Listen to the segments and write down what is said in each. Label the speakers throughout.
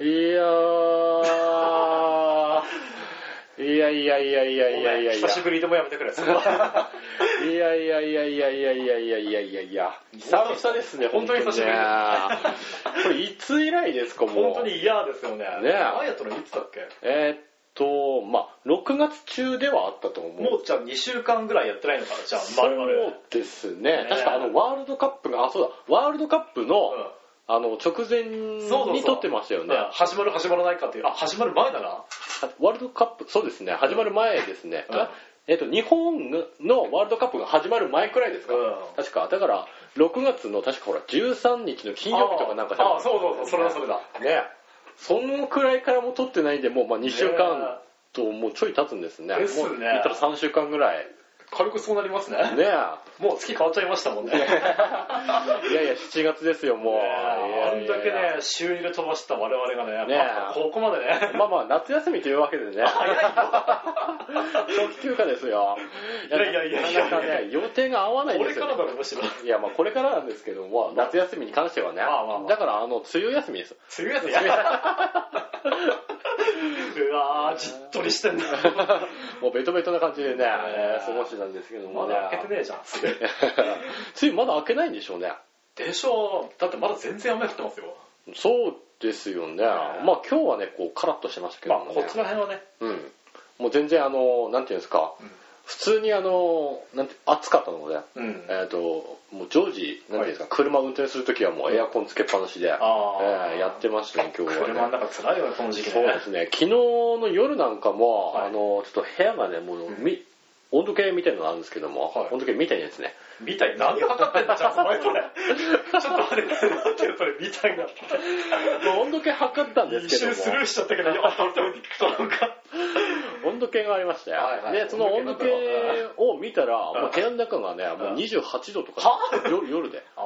Speaker 1: いやー。いやいやいやいやいやいやいや。
Speaker 2: 久しぶりでもやめてく れ、それは
Speaker 1: いやいやいやいやいやいやいやいやいやいや。久々ですね、
Speaker 2: 本当に久しぶり
Speaker 1: ね
Speaker 2: です
Speaker 1: これいつ以来ですか、もう。
Speaker 2: 本当に嫌ですよ
Speaker 1: ね
Speaker 2: ね。
Speaker 1: え
Speaker 2: 前やったのいつだっけ
Speaker 1: えーっと、まあ、6月中ではあったと思う。
Speaker 2: もうじゃあ2週間ぐらいやってないのかな、じゃあ、まるまる。
Speaker 1: そうですね
Speaker 2: ね。
Speaker 1: 確かあの、ワールドカップが、あ、そうだ、ワールドカップの、あの、直前
Speaker 2: そうそう
Speaker 1: に撮ってましたよね。
Speaker 2: うん始まる始まらないかっていう。あ、始まる前だな。
Speaker 1: ワールドカップ、そうですね、始まる前ですね。
Speaker 2: うん
Speaker 1: えっと、日本のワールドカップが始まる前くらいですか、
Speaker 2: うん
Speaker 1: 確か。だから、6月の、確かほら、13日の金曜日とかなんか
Speaker 2: ああ、そうそうそう、それだそれだ。
Speaker 1: ねそのくらいからも撮ってないんで、もう、まあ、2週間と、もうちょい経つんですね。
Speaker 2: ですね
Speaker 1: もう、言ったら3週間ぐらい。
Speaker 2: 軽くそうなりますね。
Speaker 1: ね
Speaker 2: もう月変わっちゃいましたもんね。
Speaker 1: いやいや、7月ですよ、もう。
Speaker 2: ね
Speaker 1: い
Speaker 2: え
Speaker 1: や
Speaker 2: あん
Speaker 1: いや
Speaker 2: だ
Speaker 1: い
Speaker 2: け
Speaker 1: や
Speaker 2: ね、週2で飛ばした我々がね、
Speaker 1: ねえ
Speaker 2: まあここまでね。
Speaker 1: まあまあ、夏休みというわけで ね。長期 休暇ですよ。
Speaker 2: いやいやいやいや
Speaker 1: なかなかね、予定が合わないん
Speaker 2: こ
Speaker 1: で
Speaker 2: れ
Speaker 1: す
Speaker 2: か
Speaker 1: よ、
Speaker 2: らだ
Speaker 1: ね。
Speaker 2: ね、むしろ。
Speaker 1: いや、まあこれからなんですけども、夏休みに関してはね。
Speaker 2: まあまあまあ
Speaker 1: だから、あの、梅雨休みです。
Speaker 2: 梅雨やつや。うわー、じっとりしてんだ。
Speaker 1: もうベトベトな感じでね、
Speaker 2: え
Speaker 1: 過ごしてたんですけども
Speaker 2: ま
Speaker 1: ね。
Speaker 2: だ開けてねえじゃん、梅 雨。
Speaker 1: 梅雨まだ開けないんでしょうね。
Speaker 2: でしょうだってまだ全然雨降ってますよ。
Speaker 1: そうですよね。まあ今日はね、こう、カラッとしてましたけど
Speaker 2: まあ、
Speaker 1: もね。
Speaker 2: こっちら辺はね。
Speaker 1: うん。もう全然あの、なんていうんですか、
Speaker 2: うん
Speaker 1: 普通にあの、なんて、暑かったので、
Speaker 2: うん
Speaker 1: えっ、と、もう常時、なんていうんですか、車運転するときはもうエアコンつけっぱなしで、え
Speaker 2: あー
Speaker 1: ーやってましたね、今日は、ね。
Speaker 2: 車の中辛いよね、この時期
Speaker 1: そ
Speaker 2: ね。
Speaker 1: うですね。昨日の夜なんかも、
Speaker 2: はい
Speaker 1: あの、ちょっと部屋がね、もう、
Speaker 2: ん
Speaker 1: み温度計みたいなのがあるんですけども、
Speaker 2: はい
Speaker 1: 温度計みたいなやつね。
Speaker 2: みたい。何が測ってんだじゃん、お 前これ。ちょっとあれ、なんていうのそれ、みたいな。
Speaker 1: まあ温度計測ったんです
Speaker 2: 一
Speaker 1: けど
Speaker 2: 瞬
Speaker 1: も、
Speaker 2: スルーしちゃったけど、いや、改めて聞くとなんか。
Speaker 1: 温度計がありましたよ。
Speaker 2: はいはい
Speaker 1: で、その温
Speaker 2: 温
Speaker 1: 度
Speaker 2: 度
Speaker 1: 計
Speaker 2: 計
Speaker 1: を見たら、
Speaker 2: ん
Speaker 1: もう部屋の中がね、もう28度とか、夜夜で。
Speaker 2: あ
Speaker 1: ね
Speaker 2: あ。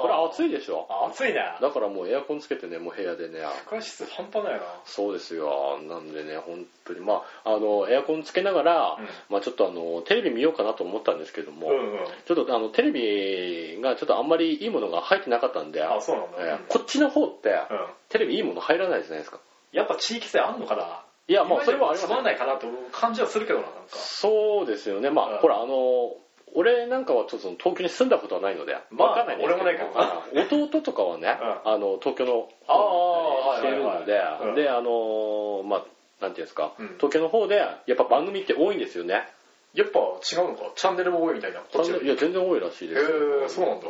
Speaker 1: これ
Speaker 2: は
Speaker 1: 暑いでしょ
Speaker 2: 暑いね。
Speaker 1: だからもうエアコンつけてねもう部屋でね
Speaker 2: 高い質半端ないな。
Speaker 1: そうですよなんでね本当にまああのエアコンつけながら、
Speaker 2: うん
Speaker 1: まあちょっとあのテレビ見ようかなと思ったんですけども、
Speaker 2: うんうん。
Speaker 1: ちょっとあのテレビがちょっとあんまりいいものが入ってなかったんで、
Speaker 2: あ、そうなんだ。
Speaker 1: えー
Speaker 2: うん
Speaker 1: こっちの方って、
Speaker 2: うん。
Speaker 1: テレビいいもの入らないじゃないですか
Speaker 2: やっぱ地域性あんのかない
Speaker 1: やまあそれはあり
Speaker 2: つ
Speaker 1: ます
Speaker 2: まんないかなって思う感じはするけどな、なんか。
Speaker 1: そうですよねまあ、
Speaker 2: うん
Speaker 1: ほらあの俺なんかはちょっとその東京に住んだことはないので、
Speaker 2: まあ
Speaker 1: わかんないんですけど
Speaker 2: 俺もない
Speaker 1: 弟とかはね、
Speaker 2: う
Speaker 1: あの東京の
Speaker 2: ああ
Speaker 1: してるので、
Speaker 2: はいはいはいうん
Speaker 1: で、あのーまあ、なんていうんですか、
Speaker 2: うん
Speaker 1: 東京の方で、やっぱ番組って多いんですよね。
Speaker 2: やっぱ違うのかチャンネルも多いみたいな。こっちよ
Speaker 1: い
Speaker 2: り。へ
Speaker 1: や、全然多いらしいですよ。
Speaker 2: え、そうなんだ。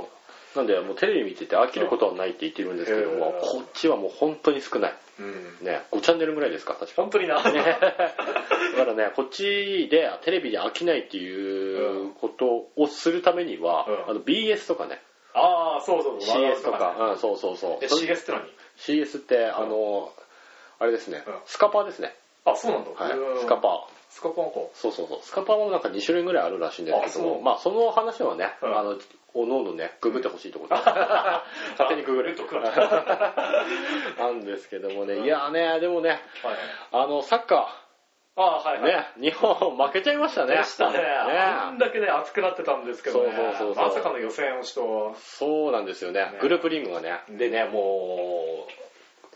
Speaker 1: なんで、もうテレビ見てて飽きることはないって言ってるんですけども
Speaker 2: へ、ー
Speaker 1: こっちはもう本当に少ない。
Speaker 2: うん。
Speaker 1: ね、5チャンネルぐらいですか、確か。
Speaker 2: 本当 にな。
Speaker 1: ねだからね、こっちでテレビで飽きないっていうことをするためには、
Speaker 2: うん
Speaker 1: あの BS とかね、
Speaker 2: ああ、そ うそうそう。
Speaker 1: CS とか、うん、そうそうそう
Speaker 2: え、。CS って何
Speaker 1: CS って、あの、あれですね
Speaker 2: うん、
Speaker 1: スカパーですね。
Speaker 2: あ、そうなんだ。
Speaker 1: はい、スカパー。
Speaker 2: スカパンか。
Speaker 1: そうそうそう。スカパーもなんか2種類ぐらいあるらしいんですけど
Speaker 2: あ
Speaker 1: も、
Speaker 2: そう
Speaker 1: まあその話はね、
Speaker 2: うん
Speaker 1: あの、おのおのね、ググってほしいところで勝手にググ
Speaker 2: レ
Speaker 1: る
Speaker 2: ッドクラブ。は い。
Speaker 1: なんですけども
Speaker 2: う
Speaker 1: ね、
Speaker 2: ん
Speaker 1: いやーね、でもね、あの、サッカ
Speaker 2: ああ、はい
Speaker 1: ー、
Speaker 2: はい。
Speaker 1: ね、日本負けちゃいましたね。
Speaker 2: でしたね。
Speaker 1: ね
Speaker 2: あんだけね、熱くなってたんですけどね。
Speaker 1: そうそうそうそう
Speaker 2: まさかの予選をしと。
Speaker 1: そうなんですよね
Speaker 2: ね、
Speaker 1: グループリーグがね。でね、もう、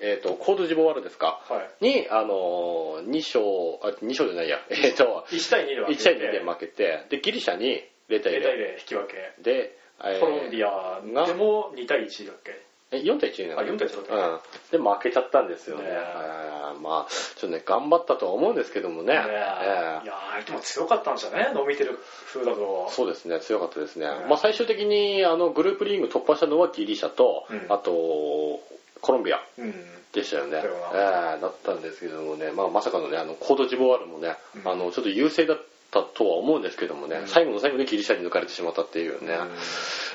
Speaker 1: えっと、コードジボワールですか
Speaker 2: は
Speaker 1: に、あの、2勝、あ、2勝じゃないや、えっと、
Speaker 2: い。1対2で分
Speaker 1: 1対2で負けて、で、ギリシャに0対
Speaker 2: 0対
Speaker 1: 0。
Speaker 2: 0引き分け。
Speaker 1: で、えー
Speaker 2: コロンビア
Speaker 1: が
Speaker 2: でも2対1だっけ
Speaker 1: え4対1にな
Speaker 2: あ、4対1だっけ
Speaker 1: うん、で負けちゃったんですよね
Speaker 2: ね
Speaker 1: えーまあちょっとね頑張ったとは思うんですけどもね
Speaker 2: ね
Speaker 1: え
Speaker 2: いやー相手も強かったんじゃね伸びてる風だ
Speaker 1: ー
Speaker 2: と。
Speaker 1: そうですね強かったですね、
Speaker 2: ね
Speaker 1: まあ、最終的にあのグループリーグ突破したのはギリシャと、
Speaker 2: うん
Speaker 1: あとコロンビア
Speaker 2: うん。
Speaker 1: でしたよね、
Speaker 2: だよ
Speaker 1: えーだったんですけどもね、まあ、まさかのねあのコードジボワールもね、
Speaker 2: うん
Speaker 1: あのちょっと優勢だったとは思うんですけどもね、
Speaker 2: うん
Speaker 1: 最後の最後でギリシャに抜かれてしまったっていうね、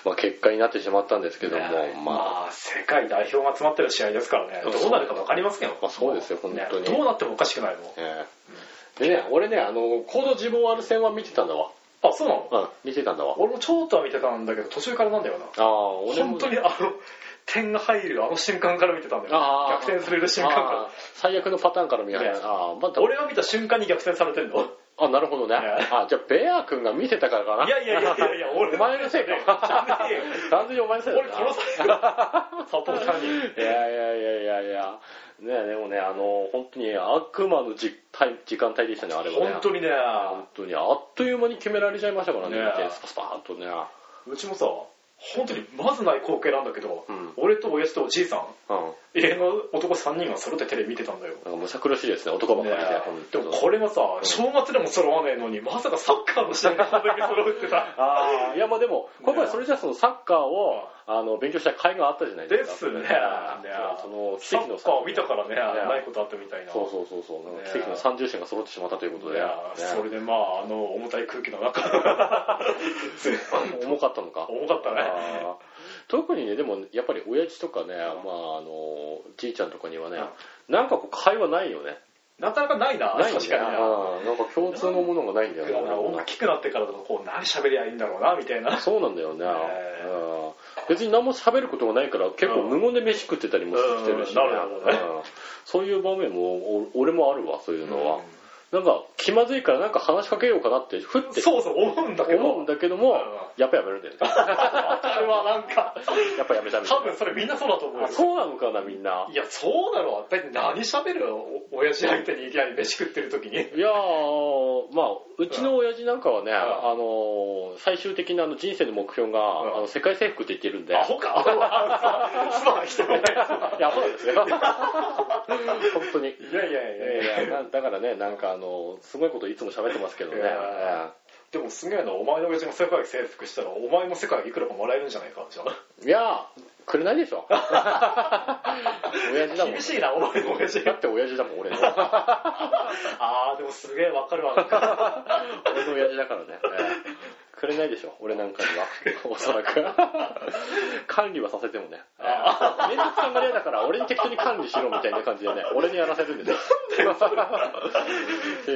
Speaker 1: まあ、結果になってしまったんですけども、
Speaker 2: ね
Speaker 1: まあ、
Speaker 2: まあ、世界代表が詰まってる試合ですからね。
Speaker 1: そう
Speaker 2: どうなるか分かりませんよ。
Speaker 1: まあそうですよ
Speaker 2: もう
Speaker 1: 本当に
Speaker 2: ねどうなってもおかしくないもん。
Speaker 1: えーでね俺ねあのコードジボワール戦は見てたんだわ
Speaker 2: あ、そうなの
Speaker 1: うん、見てたんだわ。
Speaker 2: 俺もちょっとは見てたんだけど、途中からなんだよな。
Speaker 1: ああ、俺も
Speaker 2: 本当にあの、点が入るあの瞬間から見てたんだよ。
Speaker 1: あー
Speaker 2: 逆転される瞬間
Speaker 1: あ
Speaker 2: か
Speaker 1: あ最悪のパターンから見られ
Speaker 2: ね
Speaker 1: ああ、ま
Speaker 2: ら。
Speaker 1: た、
Speaker 2: 俺が見た瞬間に逆転されてんの。
Speaker 1: あなるほどねあじゃあベア君が見てたからかない
Speaker 2: やいやいやいやいや俺
Speaker 1: お前のせいか
Speaker 2: じゃねえよ
Speaker 1: 完全にお前のせいだ
Speaker 2: 俺
Speaker 1: な
Speaker 2: 殺さ れるサポーターに
Speaker 1: いやいやいやいやいやねえでもねあの本当に悪魔の実態時間帯でしたねあれはね
Speaker 2: 本当にね
Speaker 1: 本当にあっという間に決められちゃいましたからね
Speaker 2: ねえ
Speaker 1: 見てスパスパーンとね
Speaker 2: うちもさ本当にまずない光景なんだけど、
Speaker 1: うん
Speaker 2: 俺と親父とおじいさん
Speaker 1: うん
Speaker 2: 家の男3人が揃ってテレビ見てたんだよ
Speaker 1: なんかむさ苦しいですね男ばっかりで、
Speaker 2: ね
Speaker 1: 本
Speaker 2: で
Speaker 1: 当
Speaker 2: もこれがさ正月でも揃わねえのにまさかサッカーの試合でこんだけ揃うってさ
Speaker 1: ああいやまあでも今回
Speaker 2: ね
Speaker 1: それじゃあそのサッカーをあの勉強した甲斐があったじゃないで
Speaker 2: ですす
Speaker 1: か
Speaker 2: ねね
Speaker 1: その奇
Speaker 2: サ
Speaker 1: 跡の
Speaker 2: ッカーを見たから
Speaker 1: ね
Speaker 2: ねないことあったみたいな
Speaker 1: そうそうそうそうなんか奇跡の
Speaker 2: ね
Speaker 1: 三重心が揃ってしまったということで、
Speaker 2: いやそれでまああの重たい空気の 中ずっと
Speaker 1: ね重かったのか
Speaker 2: 重かったね
Speaker 1: あー特にねでもやっぱり親父とかね、まああのじいちゃんとかにはね、なんかこう会話ないよね
Speaker 2: なかなかないな
Speaker 1: ないね
Speaker 2: 確かにな
Speaker 1: うんなんか共通のものがないんだよね
Speaker 2: 大きくなってからだとこう何喋りゃいいんだろうなみたいな
Speaker 1: そうなんだよね、
Speaker 2: ね
Speaker 1: うん別に何も喋ることがないから結構無言で飯食ってたりもしてるし、
Speaker 2: うんうんなるほどね
Speaker 1: うんそういう場面もお俺もあるわそういうのは、なんか気まずいからなんか話しかけようかなってふっ
Speaker 2: うん
Speaker 1: て
Speaker 2: そうそう思うんだけど
Speaker 1: 思うんだけども、
Speaker 2: うん
Speaker 1: やっぱやめるんだよね
Speaker 2: あれはなんか
Speaker 1: やっぱやめたみたい
Speaker 2: 多分それみんなそうだと思う
Speaker 1: な
Speaker 2: よ
Speaker 1: あそうなのかなみんない
Speaker 2: やそうだろうだって何喋るのお親父相手にいきなり飯食ってる時に
Speaker 1: いやーまあうちの親父なんかはね、
Speaker 2: ん
Speaker 1: あのー最終的なあの人生の目標が、
Speaker 2: うん
Speaker 1: あの世界征服って言ってるんで
Speaker 2: アホ かすまん人もない
Speaker 1: いやそうなんですよ 本当に
Speaker 2: いやいや
Speaker 1: い
Speaker 2: いやいや
Speaker 1: やいやなだからねなんかあのすごいこといつも喋ってますけどね
Speaker 2: いやでもすげえなお前の親父も世界征服したらお前も世界いくらかもらえるんじゃないかじゃあ
Speaker 1: いやくれないでしょ親父だもん
Speaker 2: 厳しいなお前の親父
Speaker 1: だって親父だもん俺の
Speaker 2: ああでもすげえわかるわなんか
Speaker 1: 俺の親父だからね、ええくれないでしょ俺なんかにはおそら く管理はさせてもねええ面倒くさが嫌だから俺に適当に管理しろみたいな感じでね俺にやらせるん でね征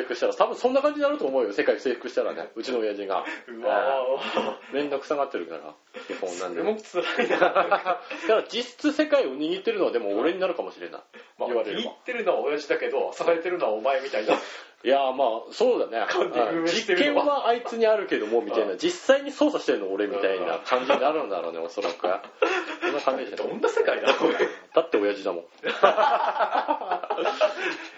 Speaker 1: 服したら多分そんな感じになると思うよ世界征服したらねうちの親父が
Speaker 2: うわ
Speaker 1: ええ面倒くさがってるから基本な
Speaker 2: ー
Speaker 1: ん
Speaker 2: で
Speaker 1: で
Speaker 2: も 辛いな
Speaker 1: だから実質世界を握ってるのはでも俺になるかもしれない、
Speaker 2: まあ、
Speaker 1: 言われれ
Speaker 2: 言
Speaker 1: ば
Speaker 2: ってるのは親父だけど支えてるのはお前みたいない
Speaker 1: やーまあそうだね
Speaker 2: 管理運営して
Speaker 1: 実験
Speaker 2: るのは
Speaker 1: はあいつにあるけどもみたいな実際に操作してるの俺みたいな感じになるんだろうねおそらくそんな感じでしたね
Speaker 2: どんな世 界だこれ
Speaker 1: だって親父 だもんう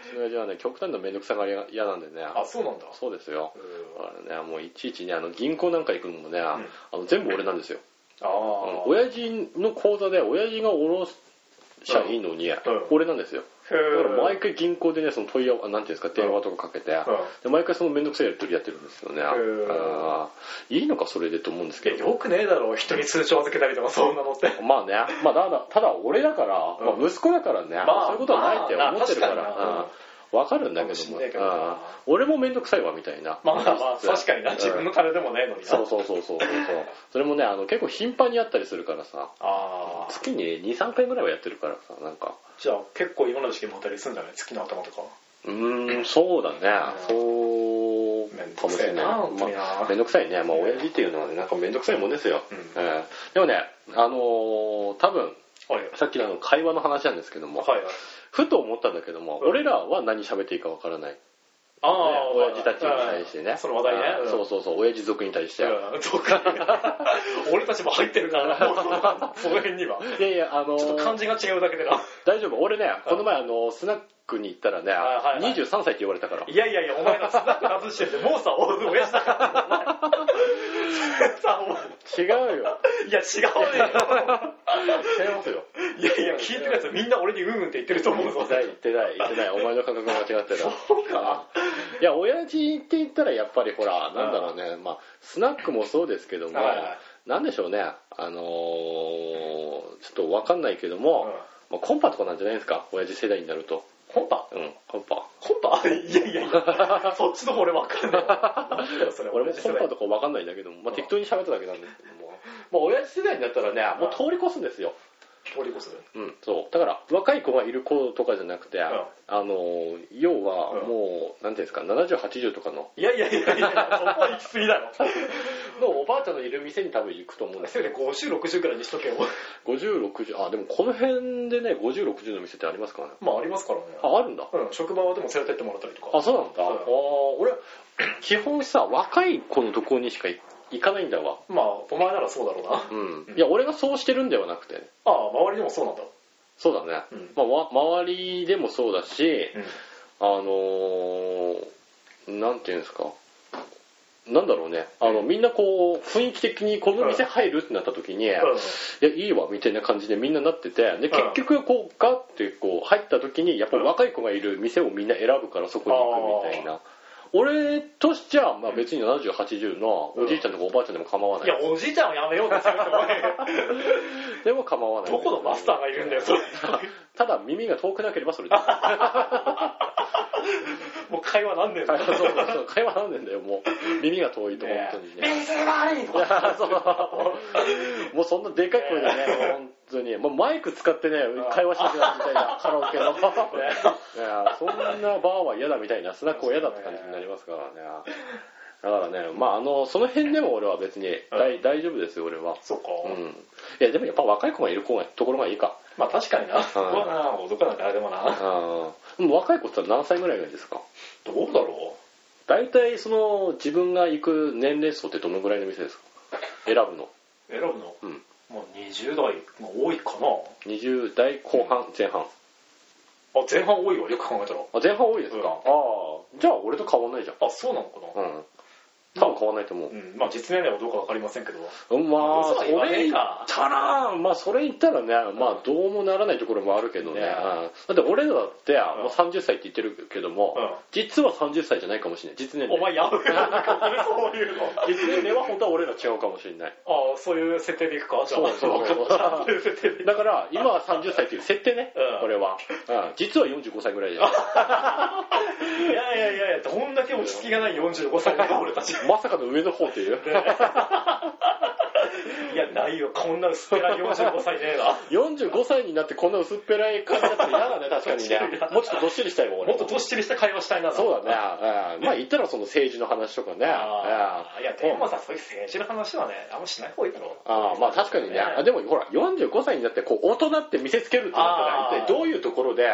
Speaker 1: ちの親父はね極端な面倒くさがりが嫌なんでね
Speaker 2: あそうなんだ
Speaker 1: そうですよだからねもういちいちねあの銀行なんか行くのもね、あの全部俺なんですよ
Speaker 2: あ
Speaker 1: あの
Speaker 2: あ
Speaker 1: 親父の口座で親父が下ろしちゃいいのに、俺なんですよ
Speaker 2: へ
Speaker 1: だから毎
Speaker 2: え
Speaker 1: 回銀行でねその問い合わなんていうんですか電話とかかけて、で毎回その面倒くさいやり取りやってるんですよね、
Speaker 2: ー
Speaker 1: あーいいのかそれでと思うんですけ
Speaker 2: いや
Speaker 1: ど
Speaker 2: よくねえだろ人に通帳預けたりとかそんなのって
Speaker 1: まあね、まあ、ただただ俺だから、
Speaker 2: うん
Speaker 1: まあ息子だからね、
Speaker 2: まあ
Speaker 1: そういうことはないって思ってるから,、
Speaker 2: まあ確かにな
Speaker 1: うんわかるんだけ
Speaker 2: かもし
Speaker 1: ど
Speaker 2: ん
Speaker 1: も
Speaker 2: ないけどな
Speaker 1: うん俺も面倒くさいわみたいな
Speaker 2: まあまあまあ確かにな
Speaker 1: うん
Speaker 2: 自分の金でもねえのにな
Speaker 1: そうそうそうそうそうそうそれもねあの結構頻繁にやったりするからさ
Speaker 2: ああ
Speaker 1: 月に23回ぐらいはやってるからさなんか
Speaker 2: じゃあ結構今の時期もたりするんだね月の頭とか
Speaker 1: うーんそうだね、そうかもしれない
Speaker 2: めんどくせえな本当にな
Speaker 1: まあ、めんどくさいね、まあ、親父っていうのはねなんかめんどくさいもんですよ、
Speaker 2: うん
Speaker 1: えーでもねあのー多分
Speaker 2: はい
Speaker 1: さっきのあの会話の話なんですけども、
Speaker 2: はい
Speaker 1: ふと思ったんだけども、
Speaker 2: うん
Speaker 1: 俺らは何喋っていいかわからない、ね、
Speaker 2: ああ
Speaker 1: 親父たちに対して
Speaker 2: う
Speaker 1: ね
Speaker 2: んその話題ね
Speaker 1: あーそうそうそう親父族に対して、
Speaker 2: うんそうか 俺たちも入ってるからなその辺にはい
Speaker 1: やいやあのー
Speaker 2: ちょっと漢字が違うだけでな
Speaker 1: 大丈夫俺ねこの前あのスナックに行ったらね、
Speaker 2: はいはいはい
Speaker 1: 23歳って言われたから
Speaker 2: いやいやいや、お前らスナック外してて、もうさ、お親父だ から、お前。さ、お前
Speaker 1: 違うよ
Speaker 2: いや、違う
Speaker 1: 違
Speaker 2: ね
Speaker 1: いますよ
Speaker 2: いやいや、聞いてるやつみんな俺にうんうんって言ってると思うぞ。
Speaker 1: 言ってない言ってないお前の感覚が間違ってるそうかいや親父って言ったらやっぱりほらなんだろうねまあスナックもそうですけども
Speaker 2: はいはい
Speaker 1: なんでしょうねあのーちょっとわかんないけども、まあ、コンパとかなんじゃないですか親父世代になると
Speaker 2: コンパ
Speaker 1: うんコンパ
Speaker 2: コンパ いやいやい や、そっちの方俺わかんない。それ
Speaker 1: 俺もコンパ
Speaker 2: と。
Speaker 1: とかわか んないんだけども、ま
Speaker 2: う
Speaker 1: あ、
Speaker 2: ん
Speaker 1: 適当に喋っただけなんですけどもまあ親父世代になったらねもう通り越すんですよ
Speaker 2: 掘り起こすね
Speaker 1: うん、そう。だから、若い子がいる子とかじゃなくて、あの、要は
Speaker 2: うん
Speaker 1: もう、なんていうんですか、70、80とかの、
Speaker 2: いやいやいやいや、そこは行き過ぎ だろ。
Speaker 1: のおばあちゃんのいる店に多分行くと思うんです
Speaker 2: せ
Speaker 1: よ
Speaker 2: め。て50、60くらいにしとけよ。
Speaker 1: 50、60、あ、でもこの辺でね、50、60の店ってありますかね。
Speaker 2: まあ、ありますからね。
Speaker 1: あ、あるんだ。
Speaker 2: うん、職場はでも連れてってもらったりとか。
Speaker 1: あ、そうなんだ。あ
Speaker 2: うん
Speaker 1: あー俺、 基本さ、若い子のとこにしかい行かないんだわ。
Speaker 2: まあ、お前ならそうだろうな。あ
Speaker 1: うん。いや、俺がそうしてるんではなくて、
Speaker 2: あ、周りでもそうなんだ。
Speaker 1: そうだね。
Speaker 2: うん。
Speaker 1: まあ、わ周りでもそうだし、あのー、なんていうんですか。なんだろうね。あの、みんなこう、雰囲気的にこの店入るってなった時に、いや、いいわ、みたいな感じでみんななってて、で、結局こう、ガッてこう、入った時に、やっぱ若い子がいる店をみんな選ぶからそこに行くみたいな。俺としちゃ、まあ別に70、80のおじいちゃんとかおばあちゃんでも構わ
Speaker 2: うん
Speaker 1: ない
Speaker 2: いや、。おじいちゃんはやめようって言ってお前。
Speaker 1: でも構わない。
Speaker 2: どこのマスターがいるんだ よ、それ。
Speaker 1: ただ耳が遠くなければそれ で。
Speaker 2: もう会話なんねえんだ
Speaker 1: 会話
Speaker 2: よ。
Speaker 1: そうそう 会話なんねんだよ、もう。耳が遠いと、本当に ね。
Speaker 2: ねえが悪いと
Speaker 1: いや
Speaker 2: か。
Speaker 1: そうもうそんなでかい声でね、本当に。もうマイク使ってね、会話しなきゃなみたい な、カラオケの。いやそんなバーは嫌だみたいな、スナックは嫌だって感じになりますからね。だからね、まああの、その辺でも俺は別に大大丈夫ですよ、俺は。
Speaker 2: そうか。
Speaker 1: うん。いや、でもやっぱ若い子がいる子がところがいいか。
Speaker 2: まあ確かにな。そこはな、男なんてあれでもな。
Speaker 1: あーでも若い子って何歳ぐらいがいいですか
Speaker 2: どうだろ
Speaker 1: 大体その自分が行く年齢層ってどのぐらいの店ですか選ぶの
Speaker 2: う選ぶの
Speaker 1: うん
Speaker 2: もう20代が多いかな。
Speaker 1: 20代後半前半
Speaker 2: あ、前半多いわ、よく考えたら。
Speaker 1: あ前半多いですか、
Speaker 2: うん
Speaker 1: ああじゃあ俺と変わんないじゃん
Speaker 2: あ、そうなのかな。
Speaker 1: うん多分変わんないと思う
Speaker 2: う、ん、まあ実年齢はどうかわかりませんけど。
Speaker 1: うん、まあ
Speaker 2: 嘘
Speaker 1: そ
Speaker 2: は言わね
Speaker 1: れ
Speaker 2: え
Speaker 1: 言っ
Speaker 2: か
Speaker 1: たらまあそれ言ったらねまあどうもならないところもあるけどね、
Speaker 2: ね
Speaker 1: うんだって俺らだってもう30歳って言ってるけども、
Speaker 2: うん
Speaker 1: 実は30歳じゃないかもしれない実年
Speaker 2: お
Speaker 1: 齢
Speaker 2: 前や ぶやな、そういうの。あ
Speaker 1: 実年齢は本当は俺ら違うかもしれない
Speaker 2: あ、そういう設定でいくか。じゃ
Speaker 1: そ
Speaker 2: あ
Speaker 1: うそうそう
Speaker 2: じ ゃあそういう設定で。
Speaker 1: だから今は30歳っていう設定ね、
Speaker 2: うん
Speaker 1: これは、うん、実は45歳ぐらいじゃない
Speaker 2: いやいやいやいや、どんだけ落ち着きがない45歳だよ、俺た ち。
Speaker 1: まさかの上の方っていう。
Speaker 2: いや、ないよ、こんな薄っぺらい45歳ねえな。
Speaker 1: 45歳になってこんな薄っぺらい感じだったら嫌だね、確かにね。 もうちょっとどっしりしたいもん、俺。
Speaker 2: もっとどっしりした会話したいな。
Speaker 1: そうだね。うんまあ言ったらその政治の話とかね。
Speaker 2: ああ。いや、
Speaker 1: うん
Speaker 2: でもさ、そういう政治の話はね、あんましない方がいいだろ。
Speaker 1: ああまあ確かにね。あでもほら、45歳になってこう大人って見せつけるってなったら、
Speaker 2: あー
Speaker 1: 一体どういうところで、
Speaker 2: う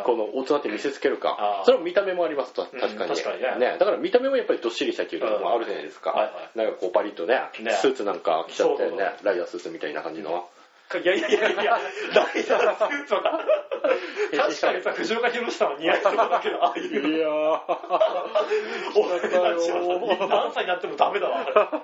Speaker 2: ん
Speaker 1: この大人って見せつけるか
Speaker 2: あ。ー
Speaker 1: それも見た目もありますと、確かに。
Speaker 2: うん確かにね
Speaker 1: だから見た目もやっぱりどっしりしたっていうのもあるじゃないです
Speaker 2: うんはい
Speaker 1: か
Speaker 2: は。
Speaker 1: なんかこうパリッとね
Speaker 2: ね、
Speaker 1: スーツなんか着ちゃって
Speaker 2: そう
Speaker 1: ね
Speaker 2: そうそ、
Speaker 1: ライダースーツみたいな感じの。
Speaker 2: いやいやいやいや、 ライダースーツは確かに さ、藤岡弘さんは似合いそうだけど、ああい
Speaker 1: いうや
Speaker 2: 俺たちはさ何歳になってもダメだわ。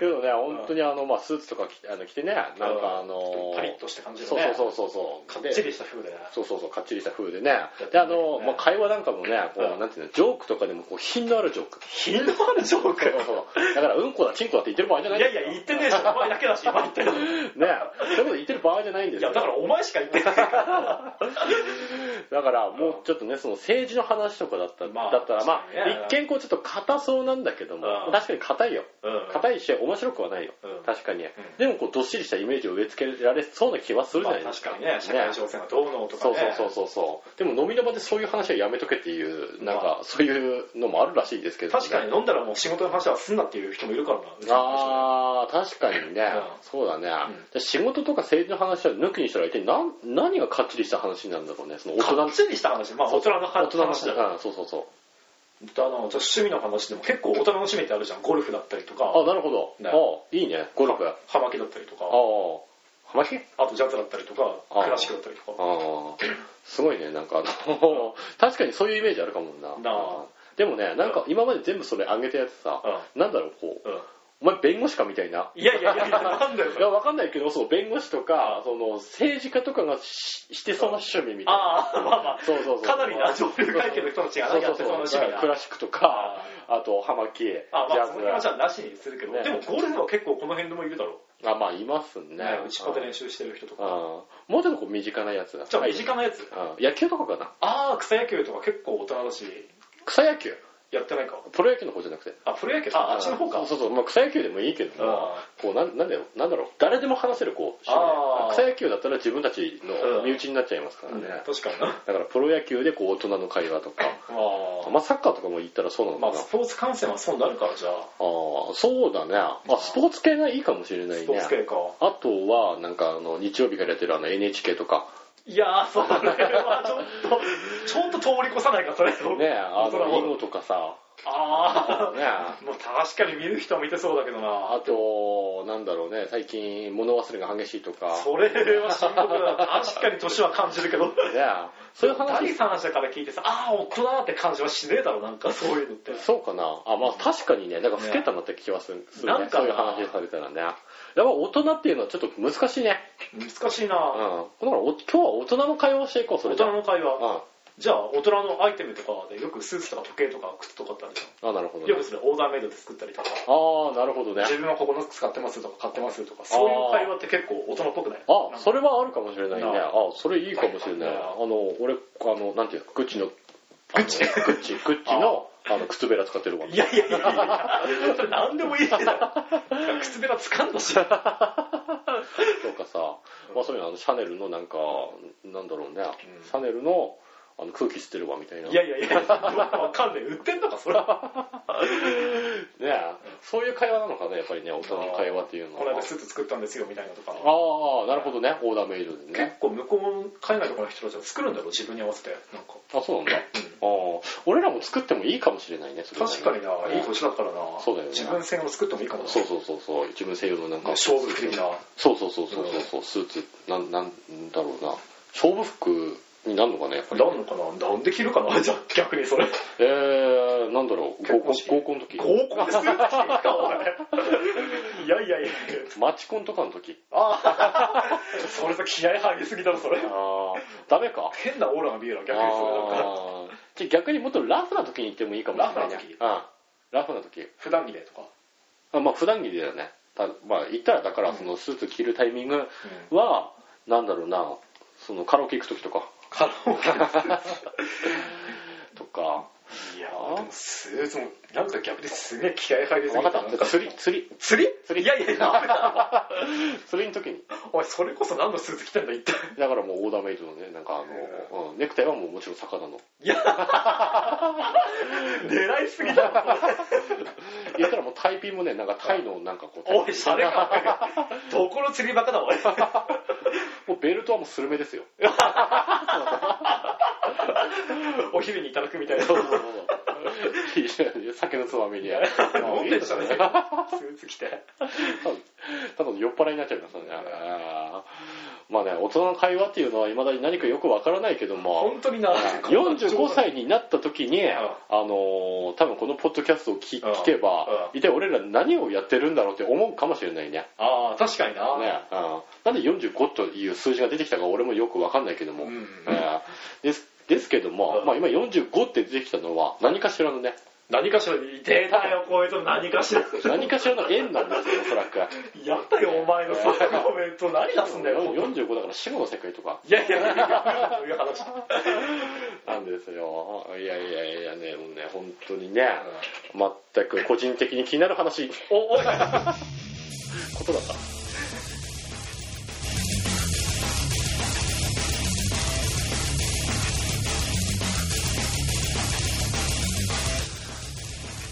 Speaker 1: けどね、本当にあの、まあ、スーツとか着あの着てね、なんかあの、
Speaker 2: パリッとした感じの
Speaker 1: そう
Speaker 2: ね。
Speaker 1: そうそうそうそう。
Speaker 2: かっち
Speaker 1: で
Speaker 2: りした風でね。
Speaker 1: そうそうそう、かっちりした風でね。で、
Speaker 2: や
Speaker 1: あ
Speaker 2: ってる
Speaker 1: の、
Speaker 2: ね
Speaker 1: まあ、会話なんかもね、こ
Speaker 2: う
Speaker 1: う、
Speaker 2: ん
Speaker 1: なんていうの、ジョークとかでも、こう、品のあるジョーク。
Speaker 2: 品のあるジョー
Speaker 1: そう
Speaker 2: ク。
Speaker 1: そう。だから、うんこだ、チンコだって言ってる場合じゃない
Speaker 2: いやいや、言ってねえし、お前だけだし、今言ってる。い
Speaker 1: ねそういうこと言ってる場合じゃないんですよ。
Speaker 2: や、だからお前しか言ってないから。
Speaker 1: だからもうちょっとね、その政治の話とかだった,、
Speaker 2: まあ
Speaker 1: だったら、ま
Speaker 2: 確かにね
Speaker 1: あ、一見こうちょっと硬そうなんだけども
Speaker 2: う、ん
Speaker 1: 確かに硬いよ。
Speaker 2: うん
Speaker 1: 硬いし、面白くはないよ。
Speaker 2: うん
Speaker 1: 確かに。でも、こう、どっしりしたイメージを植え付けられそうな気はするじゃ
Speaker 2: まあ
Speaker 1: ないです
Speaker 2: 確
Speaker 1: か。
Speaker 2: かにね、社会情勢がどうのとか
Speaker 1: そう
Speaker 2: ね。
Speaker 1: そうそうそうそう。でも飲みの場でそういう話はやめとけっていう、なんか、そういうのもあるらしいですけど、
Speaker 2: 確かに。飲んだらもう仕事の話はすんなっていう人もいるからな。
Speaker 1: ああ、確かにね。
Speaker 2: うん
Speaker 1: そうだね、
Speaker 2: うん
Speaker 1: で仕事とか政治の話は抜きにしたら一体何何がかっちりした話になるんだろうね。その大人
Speaker 2: か
Speaker 1: の
Speaker 2: っちりした話。まあ大人の
Speaker 1: 大人の話
Speaker 2: 話だ
Speaker 1: だ
Speaker 2: よ
Speaker 1: か。ら、そうそうそう。
Speaker 2: あの、趣味の話でも結構大人の趣味ってあるじゃん。ゴルフだったりとか、
Speaker 1: あ、なるほど。
Speaker 2: ね
Speaker 1: あいいね。ゴルフ。あ
Speaker 2: ハマキだったりとか、
Speaker 1: あ。ハマキあ
Speaker 2: あとジャズだったりとか、
Speaker 1: あ
Speaker 2: クラシックだったりとか。
Speaker 1: あ。すごいね。なんかあの、 確かにそういうイメージあるかもな。
Speaker 2: なあ
Speaker 1: でもね、なんか今まで全部それ上げたやつさ、なんだろう、こう、
Speaker 2: うん
Speaker 1: お前弁護士かみたいな。
Speaker 2: いやいやいやいや、なんだよそ
Speaker 1: い
Speaker 2: れ
Speaker 1: や、。わかんないけど、そう、弁護士とか、その、政治家とかがししてそうな趣味みたいな。
Speaker 2: ああ、まあまあ、
Speaker 1: そうそうそう。
Speaker 2: かなりな上流階級の人たちが
Speaker 1: そう
Speaker 2: や
Speaker 1: そ
Speaker 2: っ
Speaker 1: う
Speaker 2: て
Speaker 1: そ
Speaker 2: そうの
Speaker 1: だ
Speaker 2: 趣
Speaker 1: か
Speaker 2: 味
Speaker 1: ら
Speaker 2: だ
Speaker 1: ク。ラシックとか、あと、ハマキ、ジ
Speaker 2: あまあ、
Speaker 1: ャ
Speaker 2: そ
Speaker 1: ズ
Speaker 2: の話はなしにするけど、
Speaker 1: ね
Speaker 2: でもゴルフは結構この辺でもいるだろ
Speaker 1: あ、まあ、います
Speaker 2: う。
Speaker 1: ね
Speaker 2: ね、。打ちっぱで練習してる人
Speaker 1: う
Speaker 2: と
Speaker 1: ん
Speaker 2: か。
Speaker 1: もうちょっとこう、身近なやつだ。
Speaker 2: じゃあ身近なやつ。
Speaker 1: うん野球とかかな
Speaker 2: ああ、草野球とか結構大人だし、
Speaker 1: 草野球
Speaker 2: やってないか。
Speaker 1: プロ野球の方じゃなくて。
Speaker 2: あ、プロ野球、あ、あっちの方か。
Speaker 1: そうそう、まあ、草野球でもいいけども
Speaker 2: あ、
Speaker 1: こうなんなんだよなんだろう、誰でも話せるこう趣
Speaker 2: あー
Speaker 1: 味で、草野球だったら自分たちの身内になっちゃいますからね。
Speaker 2: 確かにな。
Speaker 1: だからプロ野球でこう大人の会話とか、
Speaker 2: あ
Speaker 1: まあ、サッカーとかも言ったらそうなの
Speaker 2: あ。
Speaker 1: か
Speaker 2: まあ、
Speaker 1: な。
Speaker 2: スポーツ観戦はそうなるから、じゃあ。
Speaker 1: ああ、そうだね。あ、スポーツ系がいいかもしれないね。
Speaker 2: スポーツ系か。
Speaker 1: あとは、なんか、あの、日曜日からやってるあの NHK とか、
Speaker 2: いやー、そうだね。まあちょっと、ちょっと通り越さないか、それ。
Speaker 1: ね、あ
Speaker 2: 大人
Speaker 1: の、囲
Speaker 2: も
Speaker 1: 碁とかさ、
Speaker 2: あ
Speaker 1: ね、
Speaker 2: あ。もう確かに見る人もいてそうだけどな。
Speaker 1: あと、なんだろうね、最近、物忘れが激しいとか、
Speaker 2: それは深刻だ。確かに年は感じるけど。
Speaker 1: ね、そういう話
Speaker 2: 第、三者から聞いてさ、ああ、大人だって感じはしねえだろ、なんかそういうのって。
Speaker 1: そうかな。あ、まあ確かにね、なんか老けたなって気はするする
Speaker 2: な
Speaker 1: ね
Speaker 2: ん。か
Speaker 1: そ
Speaker 2: な
Speaker 1: ういう話されたらね。やっぱ大人っていうのはちょっと難しいね。
Speaker 2: 難しいうな。
Speaker 1: ん。だからお今日は大人の会話をしていこう、そ
Speaker 2: 大
Speaker 1: れじゃ
Speaker 2: 人の会話。
Speaker 1: あ。
Speaker 2: じゃあ、大人のアイテムとかで、よくスーツとか時計とか靴とかってあるじ
Speaker 1: うん。あ、なるほど
Speaker 2: ゃん。
Speaker 1: ね
Speaker 2: よ。くそれオーダーメイドで作ったりとか、
Speaker 1: ああ、なるほどね。
Speaker 2: 自分はここの使ってますとか買ってますとか、そういう会話って結構大人っぽくない
Speaker 1: あ、それはあるかもしれないね。
Speaker 2: な
Speaker 1: あ、それいいかもしれない。
Speaker 2: な
Speaker 1: あの、俺、あの、なんていうの、グッチの、グ
Speaker 2: グッ
Speaker 1: グ
Speaker 2: チ
Speaker 1: ッ チ、グッチの、あの、靴べら使ってるわ。
Speaker 2: いやいやいやいや、それ何でもいいじゃん。靴べらつかんだし。
Speaker 1: とかさ、まあそういうの、あの、シャネルのなんか、なんだろうね、
Speaker 2: うん
Speaker 1: シャネルの、あの、空気吸ってるわ、みたいな。
Speaker 2: いやいやいや、わかんねえ。売ってんのか、それは。
Speaker 1: ねえそういう会話なのかね、やっぱりね、大人の会話っていうの
Speaker 2: この
Speaker 1: は。
Speaker 2: 間スーツ作ったんですよ、みたいなとか。
Speaker 1: ああ、なるほどね、オーダーメイドでね
Speaker 2: 結。構向こうの海外とかの人たちは作るんだろう、自分に合わせて。なんか。
Speaker 1: あ、そうなんだ。ああ、俺らも作ってもいいかもしれないね、それはね
Speaker 2: 確かにな、いい年だからな。
Speaker 1: そうだよね
Speaker 2: 自分専用作ってもいいかもな。
Speaker 1: そうそうそうそう、自分専用のなんか。
Speaker 2: 勝負的な。
Speaker 1: そうそうそうそうそうそう、スーツなんなんだろうな勝負服になるのかねやっぱり
Speaker 2: なんのかななんで着るかなじゃあ 逆にそれ。
Speaker 1: えー、なんだろう合
Speaker 2: 結
Speaker 1: コン
Speaker 2: 婚式
Speaker 1: 合コンの時
Speaker 2: 合コンでスーツ着ていくか、お前。いやいやいや。
Speaker 1: マチコンとかの時
Speaker 2: ああ。それさ、気合入りすぎだろ、それ。
Speaker 1: ああダメか
Speaker 2: 変なオーラが見えるわ、逆にそれ。なん
Speaker 1: あ
Speaker 2: か
Speaker 1: ーじゃあ逆にもっとラフな時に行ってもいいかもしれないね
Speaker 2: ラフな時
Speaker 1: うんラフな時
Speaker 2: 普段着でとか。
Speaker 1: あまあ普段着だよねたまあ言ったらだからそのスーツ着るタイミングは、なんだろうなそのカラオケ行く時とか
Speaker 2: カラオケ。
Speaker 1: とか
Speaker 2: いやーでもスーツも、なんか逆にすげえ気合入りすぎ
Speaker 1: 分かった釣り釣り
Speaker 2: 釣り
Speaker 1: 釣り
Speaker 2: いやいやいや、
Speaker 1: 釣りの時に
Speaker 2: おい、それこそ何のスーツ着てんだ、一体。
Speaker 1: だからもうオーダーメイドのね、なんかあの、うん、ネクタイはもうもちろん魚の。
Speaker 2: いや、狙いすぎだろ。
Speaker 1: 言ったらもうタイピンもね、なんかタイのなんかこう、
Speaker 2: おい、シャレか、お前どこの釣りバカだ、おい。
Speaker 1: もうベルトはもうスルメですよ。
Speaker 2: お昼にいただくみたいな。
Speaker 1: そうそうそう。酒のつまみに。
Speaker 2: 飲んでんじゃね えかスーツ着て。
Speaker 1: ただの酔っ払いになっちゃいますよね。あーまあね、大人の会話っていうのはいまだに何かよくわからないけども、
Speaker 2: 本当にな、
Speaker 1: 45歳になった時に、あのー、多分このポッドキャストを聞
Speaker 2: うん
Speaker 1: 聞けば、
Speaker 2: う
Speaker 1: 一体俺ら何をやってるんだろうって思うかもしれないね。
Speaker 2: ああ、確かにな。
Speaker 1: ね、うん、なんで45という数字が出てきたか俺もよくわかんないけども、
Speaker 2: うん
Speaker 1: えーですですけども、
Speaker 2: うん
Speaker 1: まあ、今45って出てきたのは何かしらの ね
Speaker 2: 何かしら、出たよ、こういうの何かしら。
Speaker 1: 何かしらの縁なんですよおそらく
Speaker 2: やったよ、お前のそのコメント。何出す んだよ、
Speaker 1: 45だから死後の世界とか
Speaker 2: いやいやいやいや、そういう話。
Speaker 1: なんですよいやいやいやねもうね本当にね、全く個人的に気になる話
Speaker 2: お、おい、
Speaker 1: ことだった